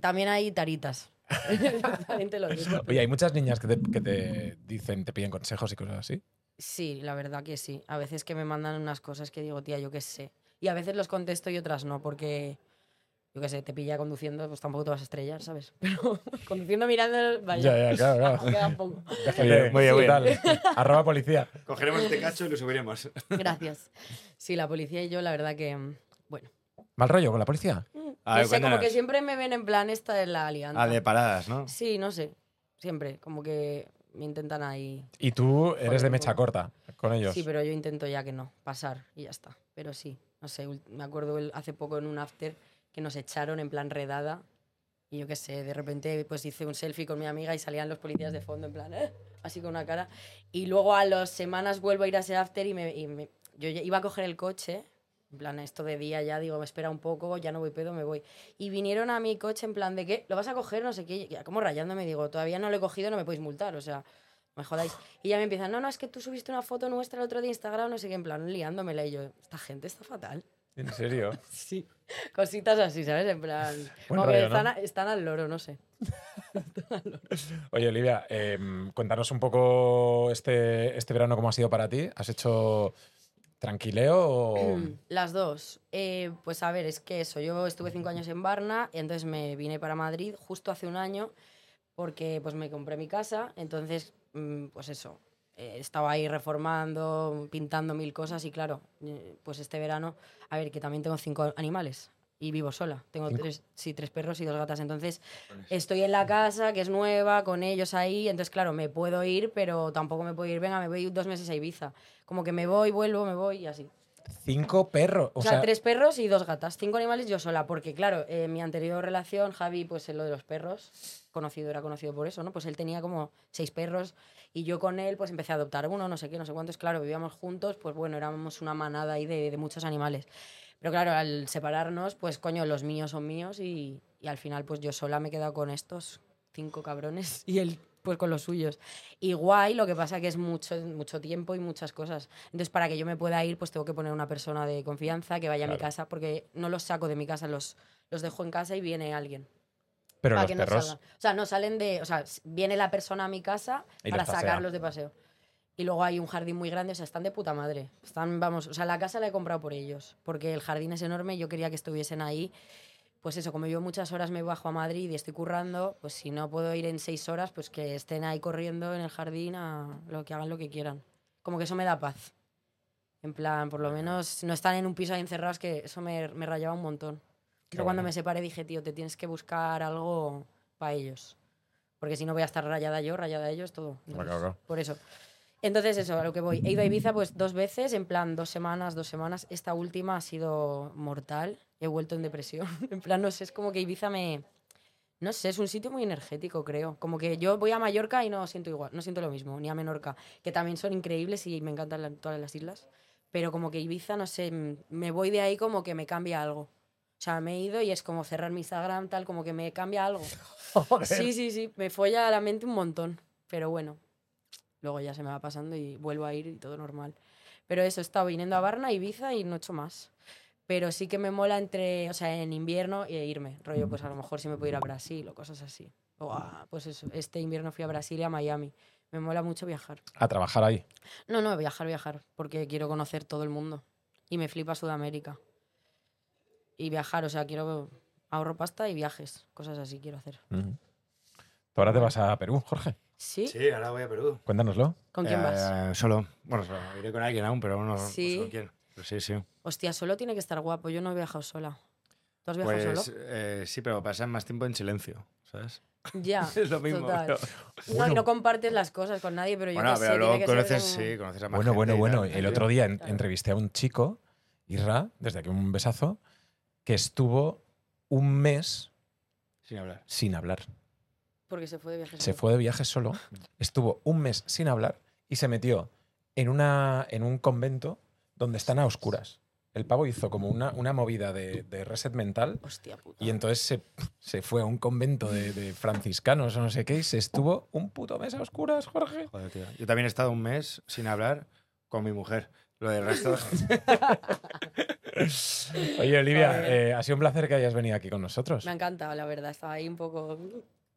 Speaker 2: También hay taritas. También te lo digo.
Speaker 1: Oye, hay muchas niñas que te, que te dicen, te piden consejos y cosas así.
Speaker 2: Sí, la verdad que sí. A veces que me mandan unas cosas que digo, tía, yo qué sé. Y a veces los contesto y otras no, porque, yo qué sé, te pilla conduciendo, pues tampoco te vas a estrellar, ¿sabes? Pero conduciendo mirando, vaya,
Speaker 1: Ya, ya, claro, claro.
Speaker 2: queda un poco.
Speaker 1: Muy bien,
Speaker 4: Muy bien, muy bien.
Speaker 1: tal. Arroba policía.
Speaker 4: Cogeremos este cacho y lo subiremos.
Speaker 2: Gracias. Sí, la policía y yo, la verdad que. mm, Bueno.
Speaker 1: ¿Mal rollo con la policía?
Speaker 4: A ver,
Speaker 2: no sé, como
Speaker 4: cuéntanos.
Speaker 2: que siempre me ven en plan esta de la alianza.
Speaker 4: Ah, de paradas, ¿no?
Speaker 2: Sí, no sé. Siempre. Como que me intentan ahí.
Speaker 1: Y tú eres de
Speaker 2: Joder,
Speaker 1: mecha
Speaker 2: bueno.
Speaker 1: corta con ellos.
Speaker 2: Sí, pero yo intento ya que no. Pasar y ya está. Pero sí. No sé. ul- Me acuerdo el- hace poco en un after que nos echaron en plan redada. Y yo qué sé, de repente pues hice un selfie con mi amiga y salían los policías de fondo en plan, "Eh", así con una cara. Y luego a las semanas vuelvo a ir a ese after y, me, y me- yo ya iba a coger el coche, En plan, esto de día ya, digo, me espera un poco, ya no voy pedo, me voy. Y vinieron a mi coche en plan de que, ¿lo vas a coger? No sé qué. Ya como rayándome, digo, todavía no lo he cogido, no me podéis multar, o sea, me jodáis. Y ya me empiezan, no, no, es que tú subiste una foto nuestra el otro día de Instagram, no sé qué, en plan, liándomela. Y yo, esta gente está fatal.
Speaker 1: En serio.
Speaker 2: Sí. Cositas así, ¿sabes? En plan,
Speaker 1: Buen
Speaker 2: como que
Speaker 1: rollo, ¿no?
Speaker 2: están, a- están al loro, no sé.
Speaker 1: Oye, Olivia, em, cuéntanos un poco este, este verano cómo ha sido para ti. ¿Has hecho tranquileo o...?
Speaker 2: Las dos. Eh, pues a ver, es que eso, yo estuve cinco años en Varna y entonces me vine para Madrid justo hace un año porque pues me compré mi casa, entonces mm, pues eso, eh, estaba ahí reformando, pintando mil cosas y claro, eh, pues este verano, a ver, que también tengo cinco animales y vivo sola, tengo
Speaker 1: Cinco.
Speaker 2: tres, sí, tres perros y dos gatas, entonces estoy en la casa que es nueva, con ellos ahí, entonces claro, me puedo ir, pero tampoco me puedo ir, venga, me voy dos meses a Ibiza, como que me voy, vuelvo, me voy y así.
Speaker 1: Cinco perros.
Speaker 2: O sea, tres perros y dos gatas, cinco animales yo sola, porque claro, en mi anterior relación, Javi, pues en lo de los perros, conocido era conocido por eso, ¿no? Pues él tenía como seis perros y yo con él pues empecé a adoptar uno, no sé qué, no sé cuántos, claro, vivíamos juntos, pues bueno, éramos una manada ahí de, de muchos animales. Pero claro, al separarnos, pues coño, los míos son míos y, y al final pues yo sola me he quedado con estos cinco cabrones y él pues con los suyos. Y guay, lo que pasa que es mucho, mucho tiempo y muchas cosas. Entonces, para que yo me pueda ir, pues tengo que poner una persona de confianza que vaya a mi
Speaker 1: Claro.
Speaker 2: casa, porque no los saco de mi casa, los, los dejo en casa y viene alguien.
Speaker 1: Pero
Speaker 2: para
Speaker 1: los
Speaker 2: que
Speaker 1: perros...
Speaker 2: No salgan. o sea, no salen de... O sea, s- viene la persona a mi casa
Speaker 1: Y
Speaker 2: para
Speaker 1: los pasea.
Speaker 2: sacarlos de paseo. Y luego hay un jardín muy grande, o sea, están de puta madre. Están, vamos, o sea, la casa la he comprado por ellos, porque el jardín es enorme, yo quería que estuviesen ahí. Pues eso, como yo muchas horas me bajo a Madrid y estoy currando, pues si no puedo ir en seis horas, pues que estén ahí corriendo en el jardín a lo que hagan lo que quieran. Como que eso me da paz. En plan, por lo menos no están en un piso ahí encerrados, que eso me, me rayaba un montón.
Speaker 1: Qué
Speaker 2: Yo cuando
Speaker 1: bueno.
Speaker 2: me separé dije, tío, te tienes que buscar algo para ellos. Porque si no voy a estar rayada yo, rayada ellos, todo.
Speaker 1: Hombre,
Speaker 2: Entonces,
Speaker 1: claro, claro.
Speaker 2: Por eso. Entonces, eso, a lo que voy. He ido a Ibiza pues dos veces, en plan dos semanas, dos semanas. Esta última ha sido mortal. He vuelto en depresión. en plan, no sé, es como que Ibiza me... No sé, es un sitio muy energético, creo. Como que yo voy a Mallorca y no siento igual, no siento lo mismo, ni a Menorca, que también son increíbles y me encantan la- todas las islas. Pero como que Ibiza, no sé, m- me voy de ahí como que me cambia algo. O sea, me he ido y es como cerrar mi Instagram, tal, como que me cambia algo. Sí, sí, sí, me folla la mente un montón. Pero bueno, luego ya se me va pasando y vuelvo a ir y todo normal. Pero eso, he estado viniendo a Varna, Ibiza y no he hecho más. Pero sí que me mola entre, o sea, en invierno e irme. Rollo, pues a lo mejor si me puedo ir a Brasil o cosas así. O a- pues eso, este invierno fui a Brasil y a Miami. Me mola mucho viajar.
Speaker 1: A trabajar ahí.
Speaker 2: No, no, viajar, viajar, porque quiero conocer todo el mundo. Y me flipa Sudamérica. Y viajar, o sea, quiero ahorro pasta y viajes, cosas así quiero hacer.
Speaker 1: Ujú. Tú ahora te vas a Perú, Jorge.
Speaker 2: ¿Sí?
Speaker 3: Sí, ahora voy a Perú.
Speaker 1: Cuéntanoslo.
Speaker 2: ¿Con quién vas?
Speaker 3: Eh, solo. Bueno, solo.
Speaker 4: Iré con alguien aún, pero no, no
Speaker 2: Sí.
Speaker 4: sé con quién. Pero sí, sí.
Speaker 2: Hostia, solo tiene que estar guapo, yo no he viajado sola. ¿Tú has viajado
Speaker 4: Pues
Speaker 2: solo?
Speaker 4: eh, sí, pero pasas más tiempo en silencio, ¿sabes?
Speaker 2: Ya.
Speaker 4: Es lo mismo.
Speaker 2: Ah, total.
Speaker 4: pero-
Speaker 2: No, y no compartes las cosas con nadie, pero yo
Speaker 4: Bueno,
Speaker 2: qué sé,
Speaker 4: pero
Speaker 2: tiene que
Speaker 4: luego
Speaker 2: ser
Speaker 4: conoces,
Speaker 2: como-
Speaker 4: sí, conoces a más
Speaker 1: Bueno, bueno,
Speaker 4: gente y
Speaker 1: bueno.
Speaker 4: tal.
Speaker 1: El otro día en-
Speaker 2: Claro.
Speaker 1: entrevisté a un chico, Isra, desde aquí un besazo, que estuvo un mes
Speaker 4: Sin hablar.
Speaker 1: sin hablar.
Speaker 2: Porque se fue de viaje
Speaker 1: Se
Speaker 2: solo.
Speaker 1: fue de viaje solo, estuvo un mes sin hablar y se metió en, una, en un convento donde están a oscuras. El pavo hizo como una, una movida de, de reset mental
Speaker 2: Hostia puta.
Speaker 1: y entonces se, se fue a un convento de, de franciscanos o no sé qué y se estuvo un puto mes a oscuras, Jorge.
Speaker 4: Joder, tío. Yo también he estado un mes sin hablar con mi mujer. Lo del resto.
Speaker 1: Oye, Olivia,
Speaker 2: Joder.
Speaker 1: eh, ha sido un placer que hayas venido aquí con nosotros.
Speaker 2: Me ha encantado, la verdad, estaba ahí un poco...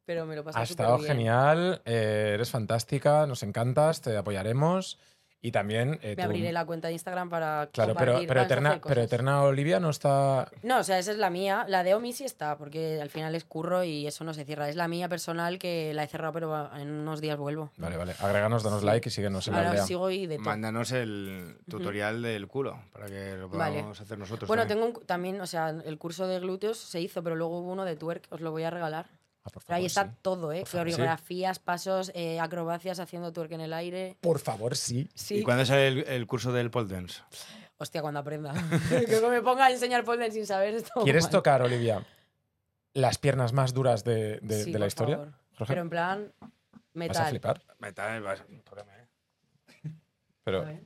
Speaker 2: Pero me lo pasé
Speaker 1: Ha estado
Speaker 2: superbién.
Speaker 1: genial, eh, eres fantástica, nos encantas, te apoyaremos y también... eh,
Speaker 2: Me
Speaker 1: tú-
Speaker 2: abriré la cuenta de Instagram para
Speaker 1: Claro, pero, pero,
Speaker 2: compartir, para
Speaker 1: eterna,
Speaker 2: hacer
Speaker 1: pero
Speaker 2: cosas.
Speaker 1: Eterna Olivia no está...
Speaker 2: No, o sea, esa es la mía. La de Omi sí está, porque al final es curro y eso no se cierra. Es la mía personal que la he cerrado, pero va- en unos días vuelvo.
Speaker 1: Vale, vale. Agréganos, danos like y síguenos en la
Speaker 2: Ahora
Speaker 1: aldea.
Speaker 2: sigo y de todo.
Speaker 4: Mándanos el tutorial del culo para que lo
Speaker 2: Vale.
Speaker 4: podamos hacer nosotros.
Speaker 2: Bueno,
Speaker 4: también.
Speaker 2: tengo un cu- también, o sea, el curso de glúteos se hizo, pero luego hubo uno de twerk, os lo voy a regalar.
Speaker 1: Ah, por
Speaker 2: Pero ahí
Speaker 1: favor,
Speaker 2: está
Speaker 1: sí.
Speaker 2: todo, ¿eh?
Speaker 1: Por favor, sí.
Speaker 2: Coreografías, pasos, eh, acrobacias haciendo twerk en el aire.
Speaker 1: Por favor, sí.
Speaker 2: Sí.
Speaker 4: ¿Y cuándo sale el, el curso del pole dance?
Speaker 2: Hostia, cuando aprenda. que me ponga a enseñar pole dance sin saber esto.
Speaker 1: ¿Quieres
Speaker 2: mal.
Speaker 1: tocar, Olivia, las piernas más duras de, de-
Speaker 2: Sí,
Speaker 1: de la
Speaker 2: por
Speaker 1: historia?
Speaker 2: favor.
Speaker 1: Jorge,
Speaker 2: Pero en plan,
Speaker 1: vas a
Speaker 2: metal.
Speaker 1: flipar.
Speaker 4: Metal, vas- tócame, ¿eh?
Speaker 1: Pero...
Speaker 2: A ver.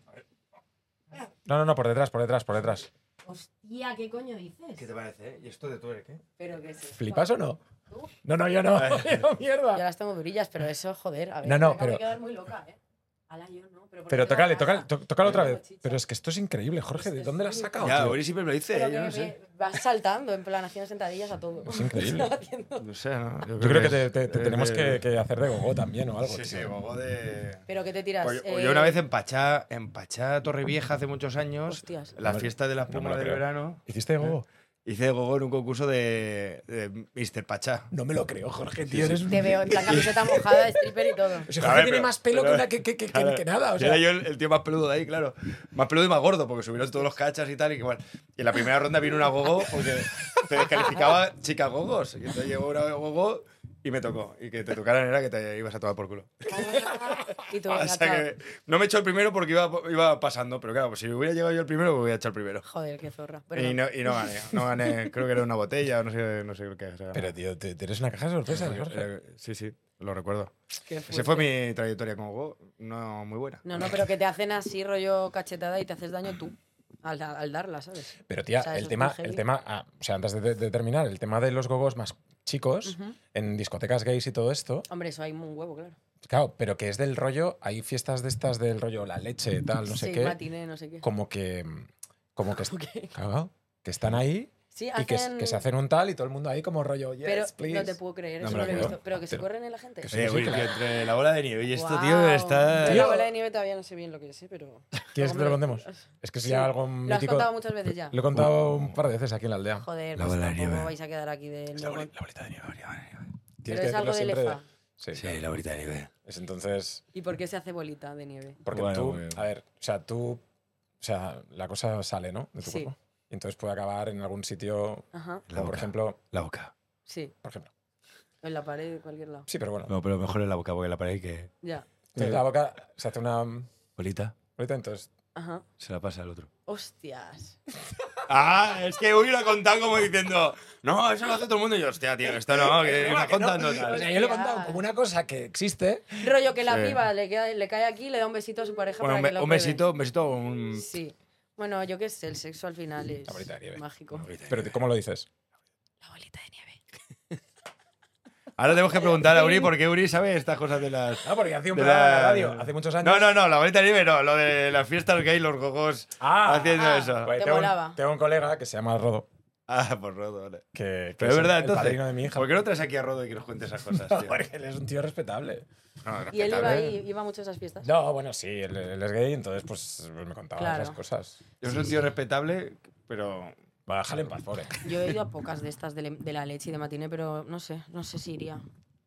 Speaker 1: No, no, no, por detrás, por detrás, por detrás.
Speaker 2: Hostia, ¿qué coño dices?
Speaker 5: ¿Qué te parece? eh? ¿Y esto de twerk, eh?
Speaker 2: Pero que sí.
Speaker 1: ¿Flipas o no?
Speaker 2: ¿Tú?
Speaker 1: No, no, yo no. Yo,
Speaker 2: Yo
Speaker 1: mierda.
Speaker 2: las tengo durillas, pero eso, joder, a ver.
Speaker 1: No, no,
Speaker 2: me acabo
Speaker 1: pero-
Speaker 2: de quedar muy loca, ¿eh? Ala, yo no. Pero, ¿por
Speaker 1: Pero
Speaker 2: qué te
Speaker 1: tócale,
Speaker 2: vas a
Speaker 1: tócale,
Speaker 2: casa?
Speaker 1: tó- tócalo otra
Speaker 2: Pero
Speaker 1: vez. Pero es que esto es increíble, Jorge. ¿De
Speaker 2: Esto
Speaker 1: dónde
Speaker 2: es
Speaker 1: lo has sacado?
Speaker 2: Ya,
Speaker 1: tío?
Speaker 5: siempre me lo dice,
Speaker 2: Pero que me- Vas saltando, en plan, haciendo sentadillas a todo.
Speaker 1: Es increíble.
Speaker 3: No sé, ¿no?
Speaker 1: Yo creo que te, te-
Speaker 3: Eh,
Speaker 1: te tenemos que, que hacer de gogo también o algo.
Speaker 5: Sí, sí,
Speaker 1: tío.
Speaker 5: bobo de...
Speaker 2: Pero que te tiras.
Speaker 3: Pues- pues
Speaker 2: eh,
Speaker 3: yo una vez en Pachá, en Pachá, Torrevieja, hace muchos años,
Speaker 2: Hostias.
Speaker 3: la
Speaker 1: No me-
Speaker 3: fiesta de las
Speaker 1: no me lo
Speaker 3: pumas del
Speaker 1: creo.
Speaker 3: verano,
Speaker 1: ¿Hiciste de gogo?
Speaker 3: hice gogo en un concurso de, de Mr. Pachá.
Speaker 1: No me lo creo, Jorge, tío. Eres un-
Speaker 2: Te veo en la camiseta mojada, stripper y todo.
Speaker 1: O sea,
Speaker 3: A
Speaker 1: Jorge
Speaker 3: ver,
Speaker 1: tiene
Speaker 3: pero-
Speaker 1: más pelo que,
Speaker 3: pero-
Speaker 1: una- que, que- que- que-
Speaker 3: Claro,
Speaker 1: que nada. O
Speaker 3: era
Speaker 1: sea,
Speaker 3: yo el, el tío más peludo de ahí, claro. Más peludo y más gordo, porque subieron todos los cachas y tal. Y, que, bueno, y en la primera ronda vino una gogo, porque te descalificaba chica gogos. Y entonces llegó una gogo y me tocó. Y que te tocaran era que te ibas a tomar por culo.
Speaker 2: Y tú,
Speaker 3: O
Speaker 2: venga,
Speaker 3: sea que no me echó el primero porque iba, iba pasando. Pero claro, pues si hubiera llegado yo el primero, me hubiera echado el primero.
Speaker 2: chao. Joder, qué zorra. Pero
Speaker 3: Y no, y no gané. No gané. Creo que era una botella o no sé, no sé lo que se ganó.
Speaker 1: Pero, tío, te, te eres una caja de sorpresas, Jorge.
Speaker 3: Era- Sí, sí, lo recuerdo.
Speaker 2: qué
Speaker 3: Esa
Speaker 2: fuerte.
Speaker 3: fue mi trayectoria como gogo. No muy buena.
Speaker 2: Pues No, no, pero que te hacen así rollo cachetada y te haces daño tú al, al darla, ¿sabes?
Speaker 1: Pero, tía,
Speaker 2: O sea, eso
Speaker 1: el
Speaker 2: es
Speaker 1: tema,
Speaker 2: muy heavy.
Speaker 1: el tema ah, o sea, antes de, de- de terminar, el tema de los gogos más chicos
Speaker 2: Ujú.
Speaker 1: en discotecas gays y todo esto,
Speaker 2: Hombre, eso hay un huevo, claro.
Speaker 1: claro, pero que es del rollo, hay fiestas de estas del rollo la leche, tal, no sé
Speaker 2: sí,
Speaker 1: qué,
Speaker 2: matiné, no sé qué.
Speaker 1: como que. Como que,
Speaker 2: qué?
Speaker 1: claro, que están ahí
Speaker 2: Sí,
Speaker 1: y que,
Speaker 2: hacen...
Speaker 1: que se hacen un tal y todo el mundo ahí como rollo, yes,
Speaker 2: Pero
Speaker 1: please.
Speaker 2: no te puedo creer,
Speaker 3: No
Speaker 2: eso
Speaker 3: me
Speaker 2: no lo
Speaker 3: lo
Speaker 2: he
Speaker 3: creo.
Speaker 2: visto. Pero que se
Speaker 1: Pero-
Speaker 2: corren en la gente.
Speaker 1: que sí,
Speaker 3: Eh,
Speaker 1: sí,
Speaker 3: uy,
Speaker 1: claro.
Speaker 3: que entre la bola de nieve y esto,
Speaker 2: Guau.
Speaker 3: tío, está.
Speaker 2: Yo la
Speaker 1: Tío.
Speaker 2: bola de nieve todavía no sé bien lo que es, ¿eh? pero...
Speaker 1: ¿Quieres que te lo
Speaker 2: Hombre,
Speaker 1: contemos? Es que es
Speaker 2: sí.
Speaker 1: ya algo
Speaker 2: Lo has
Speaker 1: mítico.
Speaker 2: contado muchas veces ya.
Speaker 1: Lo he
Speaker 3: Uh.
Speaker 1: contado un par de veces aquí en la aldea.
Speaker 2: Joder,
Speaker 3: La
Speaker 2: pues
Speaker 3: bola de
Speaker 2: tampoco
Speaker 3: nieve.
Speaker 2: vais a quedar aquí de... no con-
Speaker 3: bolita de nieve,
Speaker 2: Pero
Speaker 1: Tienes que
Speaker 2: es algo de
Speaker 1: decirlo siempre.
Speaker 2: lefa.
Speaker 1: Sí, claro.
Speaker 3: la bolita de nieve.
Speaker 1: Es entonces.
Speaker 2: ¿Y por qué se hace bolita de nieve?
Speaker 1: Porque
Speaker 3: Bueno,
Speaker 1: tú.
Speaker 3: muy bien.
Speaker 1: A ver, o sea, tú. O sea, la cosa sale, ¿no? De tu
Speaker 2: Sí.
Speaker 1: cuerpo. Y entonces puede acabar en algún sitio.
Speaker 2: Ajá,
Speaker 3: La
Speaker 1: como por
Speaker 3: boca.
Speaker 1: ejemplo.
Speaker 3: La boca.
Speaker 2: sí.
Speaker 1: Por ejemplo.
Speaker 2: En la pared, en cualquier lado.
Speaker 1: Sí, pero bueno.
Speaker 3: No, pero mejor en la boca, porque la pared que.
Speaker 2: Ya,
Speaker 1: Entonces la boca se hace una.
Speaker 3: Bolita,
Speaker 1: Ahorita entonces.
Speaker 2: ajá.
Speaker 3: se la pasa al otro.
Speaker 2: Hostias.
Speaker 3: Ah, es que hoy lo ha contado como diciendo. No, eso lo hace todo el mundo. Y yo, hostia, tío, esto no, que me estás contando.
Speaker 1: O
Speaker 3: tal".
Speaker 1: sea, yo lo he
Speaker 2: Hostia.
Speaker 1: contado como una cosa que existe.
Speaker 2: Rollo que la
Speaker 3: Sí.
Speaker 2: piba le, queda- le cae aquí, le da un besito a su pareja
Speaker 3: Bueno,
Speaker 2: para
Speaker 3: un,
Speaker 2: que
Speaker 3: be-
Speaker 2: lo
Speaker 3: un
Speaker 2: pruebe.
Speaker 3: besito, un besito, un.
Speaker 2: Sí. Bueno, yo qué sé, el sexo al final es
Speaker 1: La bolita de nieve.
Speaker 2: mágico.
Speaker 1: Pero ¿cómo lo dices?
Speaker 2: La bolita de nieve.
Speaker 3: Ahora tenemos que preguntar a Uri, porque Uri sabe estas cosas de las.
Speaker 1: Ah, porque hacía un
Speaker 3: de
Speaker 1: programa en la
Speaker 3: la-
Speaker 1: radio hace muchos años.
Speaker 3: No, no, no, la bolita de nieve no, lo de las fiestas que hay, los gogos
Speaker 1: Ah,
Speaker 3: haciendo
Speaker 2: ah,
Speaker 3: eso.
Speaker 1: Pues
Speaker 2: Te
Speaker 1: tengo, un-
Speaker 2: molaba.
Speaker 1: tengo un colega que se llama Rodo.
Speaker 3: Ah, por Rodo, vale.
Speaker 1: Que, que
Speaker 3: Pero es verdad,
Speaker 1: Pues el
Speaker 3: entonces.
Speaker 1: padrino de mi hija.
Speaker 3: ¿Por qué no traes aquí a Rodo y que nos cuente esas cosas, tío?
Speaker 1: Porque él es un tío respetable.
Speaker 3: No,
Speaker 2: ¿Y él iba,
Speaker 3: respetable.
Speaker 2: ahí, iba mucho a esas fiestas?
Speaker 1: No, bueno, sí, él, él es gay, entonces pues me contaba
Speaker 2: Claro.
Speaker 1: esas cosas.
Speaker 3: Yo soy un tío respetable, pero.
Speaker 1: Bájale en paz, pobre.
Speaker 2: Yo he ido a pocas de estas de, le- de la leche y de matiné, pero no sé, no sé si iría.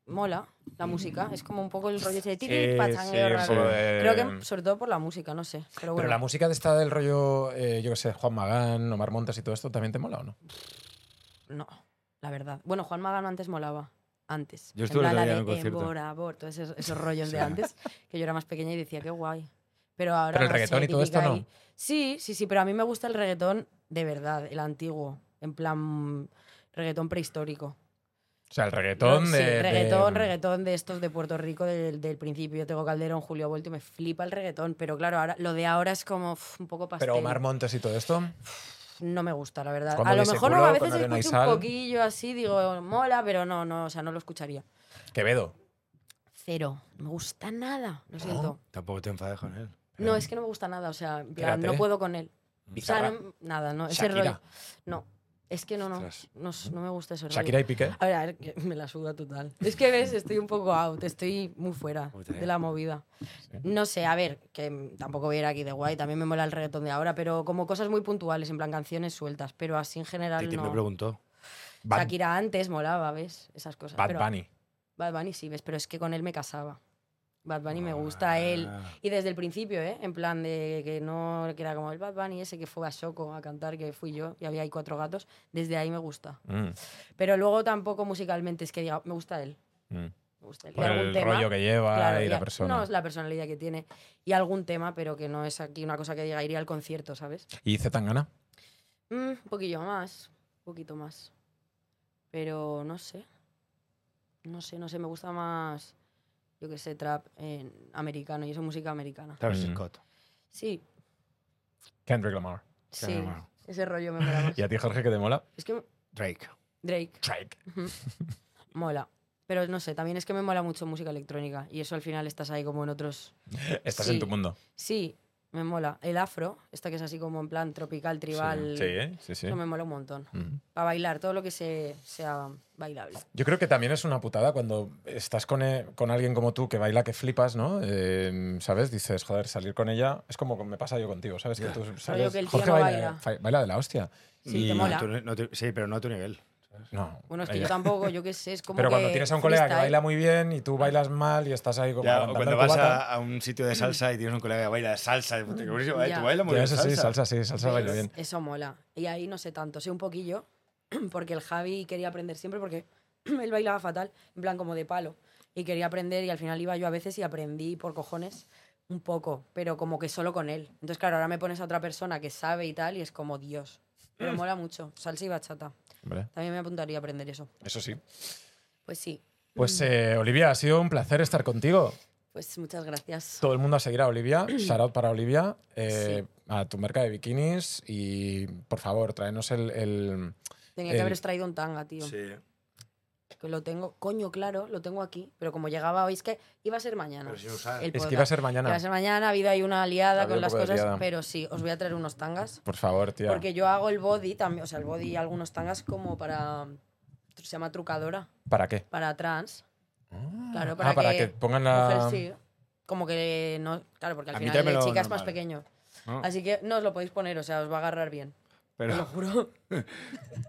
Speaker 2: Mola la música, es como un poco el rollo ese de tiri,
Speaker 1: Eh,
Speaker 2: pachangueo raro. Creo que sobre todo por la música, no sé. Pero bueno,
Speaker 1: Pero la música de esta del rollo, eh, yo qué sé, Juan Magán, Omar Montes y todo esto, ¿también te mola o no?
Speaker 2: no, la verdad. Bueno, Juan Magano antes molaba. Antes.
Speaker 3: Yo estuve el
Speaker 2: plan,
Speaker 3: otro día
Speaker 2: la
Speaker 3: en un
Speaker 2: de
Speaker 3: concierto.
Speaker 2: Bora Bor, todos esos, esos rollos de
Speaker 3: Sí.
Speaker 2: antes, que yo era más pequeña y decía, qué guay. Pero ahora.
Speaker 1: Pero el
Speaker 2: no sé,
Speaker 1: reggaetón y todo esto,
Speaker 2: típica
Speaker 1: ¿no?
Speaker 2: ahí- Sí, sí, sí, pero a mí me gusta el reggaetón de verdad, el antiguo. En plan, reggaetón prehistórico.
Speaker 1: O sea, el reggaetón
Speaker 2: Sí,
Speaker 1: de... de-
Speaker 2: reggaetón, reggaetón de estos de Puerto Rico del, del principio. Yo tengo Calderón, Julio Voltio, me flipa el reggaetón, pero claro, ahora lo de ahora es como uf, un poco pastel.
Speaker 1: Pero Omar Montes y todo esto,
Speaker 2: no me gusta, la verdad.
Speaker 1: Cuando
Speaker 2: A lo
Speaker 1: dice
Speaker 2: mejor
Speaker 1: culo,
Speaker 2: a veces
Speaker 1: cuando
Speaker 2: escucho
Speaker 1: no hay
Speaker 2: un
Speaker 1: sal.
Speaker 2: poquillo así, digo, mola, pero no, no, o sea, no lo escucharía.
Speaker 1: Quevedo.
Speaker 2: Cero, no me gusta nada, lo siento.
Speaker 3: Tampoco te enfades con él.
Speaker 2: No, es que no me gusta nada, o sea, en plan,
Speaker 1: Espérate.
Speaker 2: no puedo con él. O sea,
Speaker 1: Bizarra.
Speaker 2: no- nada, no, ese
Speaker 1: Shakira.
Speaker 2: rollo. No, es que no, no,
Speaker 3: Ostras.
Speaker 2: no, no me gusta ese rollo.
Speaker 1: Shakira y Piqué.
Speaker 2: A ver, a ver, que me la suda total. Es que ves, estoy un poco out, estoy muy fuera
Speaker 3: Puta, eh.
Speaker 2: de la movida. No sé, a ver, que mm, tampoco voy a ir aquí de guay, también me mola el reggaetón de ahora, pero como cosas muy puntuales, en plan canciones sueltas, pero así en general
Speaker 3: Titi me
Speaker 2: no.
Speaker 3: preguntó.
Speaker 1: Bad,
Speaker 2: Shakira antes molaba, ¿ves? Esas cosas.
Speaker 1: Bad
Speaker 2: pero-
Speaker 1: Bunny.
Speaker 2: Bad Bunny sí, ¿ves? Pero es que con él me casaba. Bad Bunny me
Speaker 3: Ah,
Speaker 1: Ah.
Speaker 2: gusta, él. Y desde el principio, ¿eh? En plan de que no, que era como el Bad Bunny ese que fue a Soco a cantar, que fui yo, y había ahí cuatro gatos, desde ahí me gusta.
Speaker 1: Mm,
Speaker 2: Pero luego tampoco musicalmente es que diga, me gusta él.
Speaker 1: mm.
Speaker 2: Me gusta él. Y
Speaker 1: Por
Speaker 2: algún
Speaker 1: el
Speaker 2: tema,
Speaker 1: rollo que lleva
Speaker 2: claro,
Speaker 1: y
Speaker 2: y
Speaker 1: la
Speaker 2: a-
Speaker 1: persona.
Speaker 2: No, es la personalidad que tiene. Y algún tema, pero que no es aquí una cosa que diga, iría al concierto, ¿sabes?
Speaker 1: ¿Y Zetangana?
Speaker 2: Mm, un poquillo más, un poquito más. Pero no sé. No sé, no sé, me gusta más, yo qué sé, trap eh, americano y eso música americana.
Speaker 3: Travis
Speaker 1: Mm.
Speaker 3: Scott.
Speaker 2: Sí,
Speaker 1: Kendrick Lamar.
Speaker 2: sí.
Speaker 3: hermano.
Speaker 2: Ese rollo me mola más.
Speaker 1: ¿Y a ti, Jorge, que te mola?
Speaker 2: Es que
Speaker 3: Drake.
Speaker 2: Drake
Speaker 1: Drake.
Speaker 2: mola. Pero no sé, también es que me mola mucho música electrónica y eso al final estás ahí como en otros...
Speaker 1: Estás
Speaker 2: Sí.
Speaker 1: en tu mundo.
Speaker 2: Sí, me mola. El afro, esta que es así como en plan tropical, tribal.
Speaker 1: Sí, ¿eh? Sí, sí.
Speaker 2: Eso me mola un montón.
Speaker 1: Mm.
Speaker 2: Para bailar, todo lo que se- sea bailable.
Speaker 1: Yo creo que también es una putada cuando estás con, eh, con alguien como tú que baila que flipas, ¿no? Eh, ¿Sabes? Dices, joder, salir con ella es como me pasa yo contigo, ¿sabes? Que tú sabes,
Speaker 2: que el tío
Speaker 1: Jorge
Speaker 2: no
Speaker 1: baila,
Speaker 2: baila.
Speaker 1: fa- baila de la hostia.
Speaker 2: Sí,
Speaker 1: Y-
Speaker 2: te mola.
Speaker 3: Tú no- no te- sí, pero no a tu nivel.
Speaker 1: No.
Speaker 2: Bueno, es que
Speaker 1: ella.
Speaker 2: yo tampoco, yo qué sé, es como
Speaker 1: Pero cuando
Speaker 2: que
Speaker 1: tienes a un colega que
Speaker 2: freestyle.
Speaker 1: baila muy bien y tú bailas mal y estás ahí como
Speaker 3: Ya, o
Speaker 1: levantando
Speaker 3: cuando
Speaker 1: el
Speaker 3: vas
Speaker 1: cubata.
Speaker 3: a, a un sitio de salsa y tienes un colega que baila salsa, y, "Qué buenísimo, ¿eh?
Speaker 2: Ya.
Speaker 3: ¿Tú bailas muy
Speaker 1: Ya,
Speaker 3: bien
Speaker 1: eso sí, salsa sí, salsa baila bien.
Speaker 2: Eso mola. Y ahí no sé tanto, sé un poquillo, porque el Javi quería aprender siempre porque él bailaba fatal, en plan como de palo. Y quería aprender y al final iba yo a veces y aprendí por cojones un poco, pero como que solo con él. Entonces, claro, ahora me pones a otra persona que sabe y tal y es como Dios. Pero
Speaker 3: Mm.
Speaker 2: mola mucho, salsa y bachata.
Speaker 1: Hombre,
Speaker 2: También me apuntaría a aprender eso.
Speaker 1: eso sí.
Speaker 2: Pues sí,
Speaker 1: Pues eh, Olivia, ha sido un placer estar contigo.
Speaker 2: pues muchas gracias.
Speaker 1: Todo el mundo a seguir a Olivia. Shout out para Olivia. eh, A tu marca de bikinis. Y por favor, tráenos el. el-
Speaker 2: Tenía
Speaker 1: el-
Speaker 2: que haberos traído un tanga, tío.
Speaker 3: Sí,
Speaker 2: Que lo tengo, coño, claro, lo tengo aquí, pero como llegaba hoy, es que iba a ser mañana.
Speaker 3: pero sin usar.
Speaker 2: el
Speaker 1: Es
Speaker 2: podcast.
Speaker 1: que iba a ser mañana.
Speaker 2: Que va a ser mañana, ha habido ahí una liada
Speaker 1: Ha habido
Speaker 2: con
Speaker 1: un
Speaker 2: las
Speaker 1: poco de
Speaker 2: cosas,
Speaker 1: liada.
Speaker 2: pero sí, os voy a traer unos tangas.
Speaker 1: Por favor, tía.
Speaker 2: Porque yo hago el body también, o sea, el body y algunos tangas como para. Se llama trucadora,
Speaker 1: ¿Para qué?
Speaker 2: para trans. Claro,
Speaker 1: ah, para que, pongan la.
Speaker 2: mujeres sí. Como que no. Claro, porque al
Speaker 3: A mí
Speaker 2: final el de
Speaker 3: tráemelo
Speaker 2: chica es más
Speaker 3: normal.
Speaker 2: pequeño.
Speaker 4: Ah.
Speaker 2: Así que no os lo podéis poner, o sea, os va a agarrar bien. Te
Speaker 4: Pero,
Speaker 2: lo juro.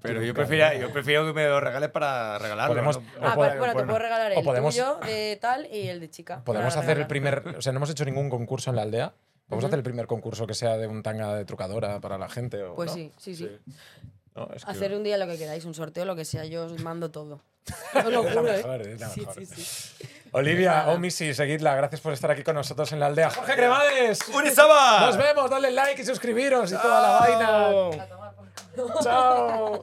Speaker 4: pero yo,
Speaker 1: Nunca,
Speaker 4: prefiero,
Speaker 1: nunca.
Speaker 4: yo prefiero que me lo regales para regalarlo.
Speaker 1: Podemos-
Speaker 4: ¿no?
Speaker 1: O
Speaker 2: Ah,
Speaker 1: pod-
Speaker 2: pa- bueno, te puedo regalar
Speaker 1: o
Speaker 2: el
Speaker 1: podemos-
Speaker 2: tuyo de tal y el de chica.
Speaker 1: Podemos
Speaker 2: para
Speaker 1: hacer el
Speaker 2: regalar.
Speaker 1: primer. O sea, no hemos hecho ningún concurso en la aldea. Vamos a hacer el primer concurso que sea de un tanga de trucadora para la gente. o
Speaker 2: Pues
Speaker 1: no?
Speaker 2: sí, sí, sí.
Speaker 1: No, es que-
Speaker 2: Hacer un día lo que queráis, un sorteo, lo que sea, yo os mando todo. Os lo
Speaker 1: Es la
Speaker 2: juro, ¿eh?
Speaker 1: mejor, es la
Speaker 2: Sí,
Speaker 1: mejor.
Speaker 2: sí, sí.
Speaker 1: Olivia, o Missy, seguidla. Gracias por estar aquí con nosotros en la aldea. Jorge Cremades.
Speaker 4: ¡Unisaba!
Speaker 1: Nos vemos. Dale like y suscribiros y toda la vaina. Chao.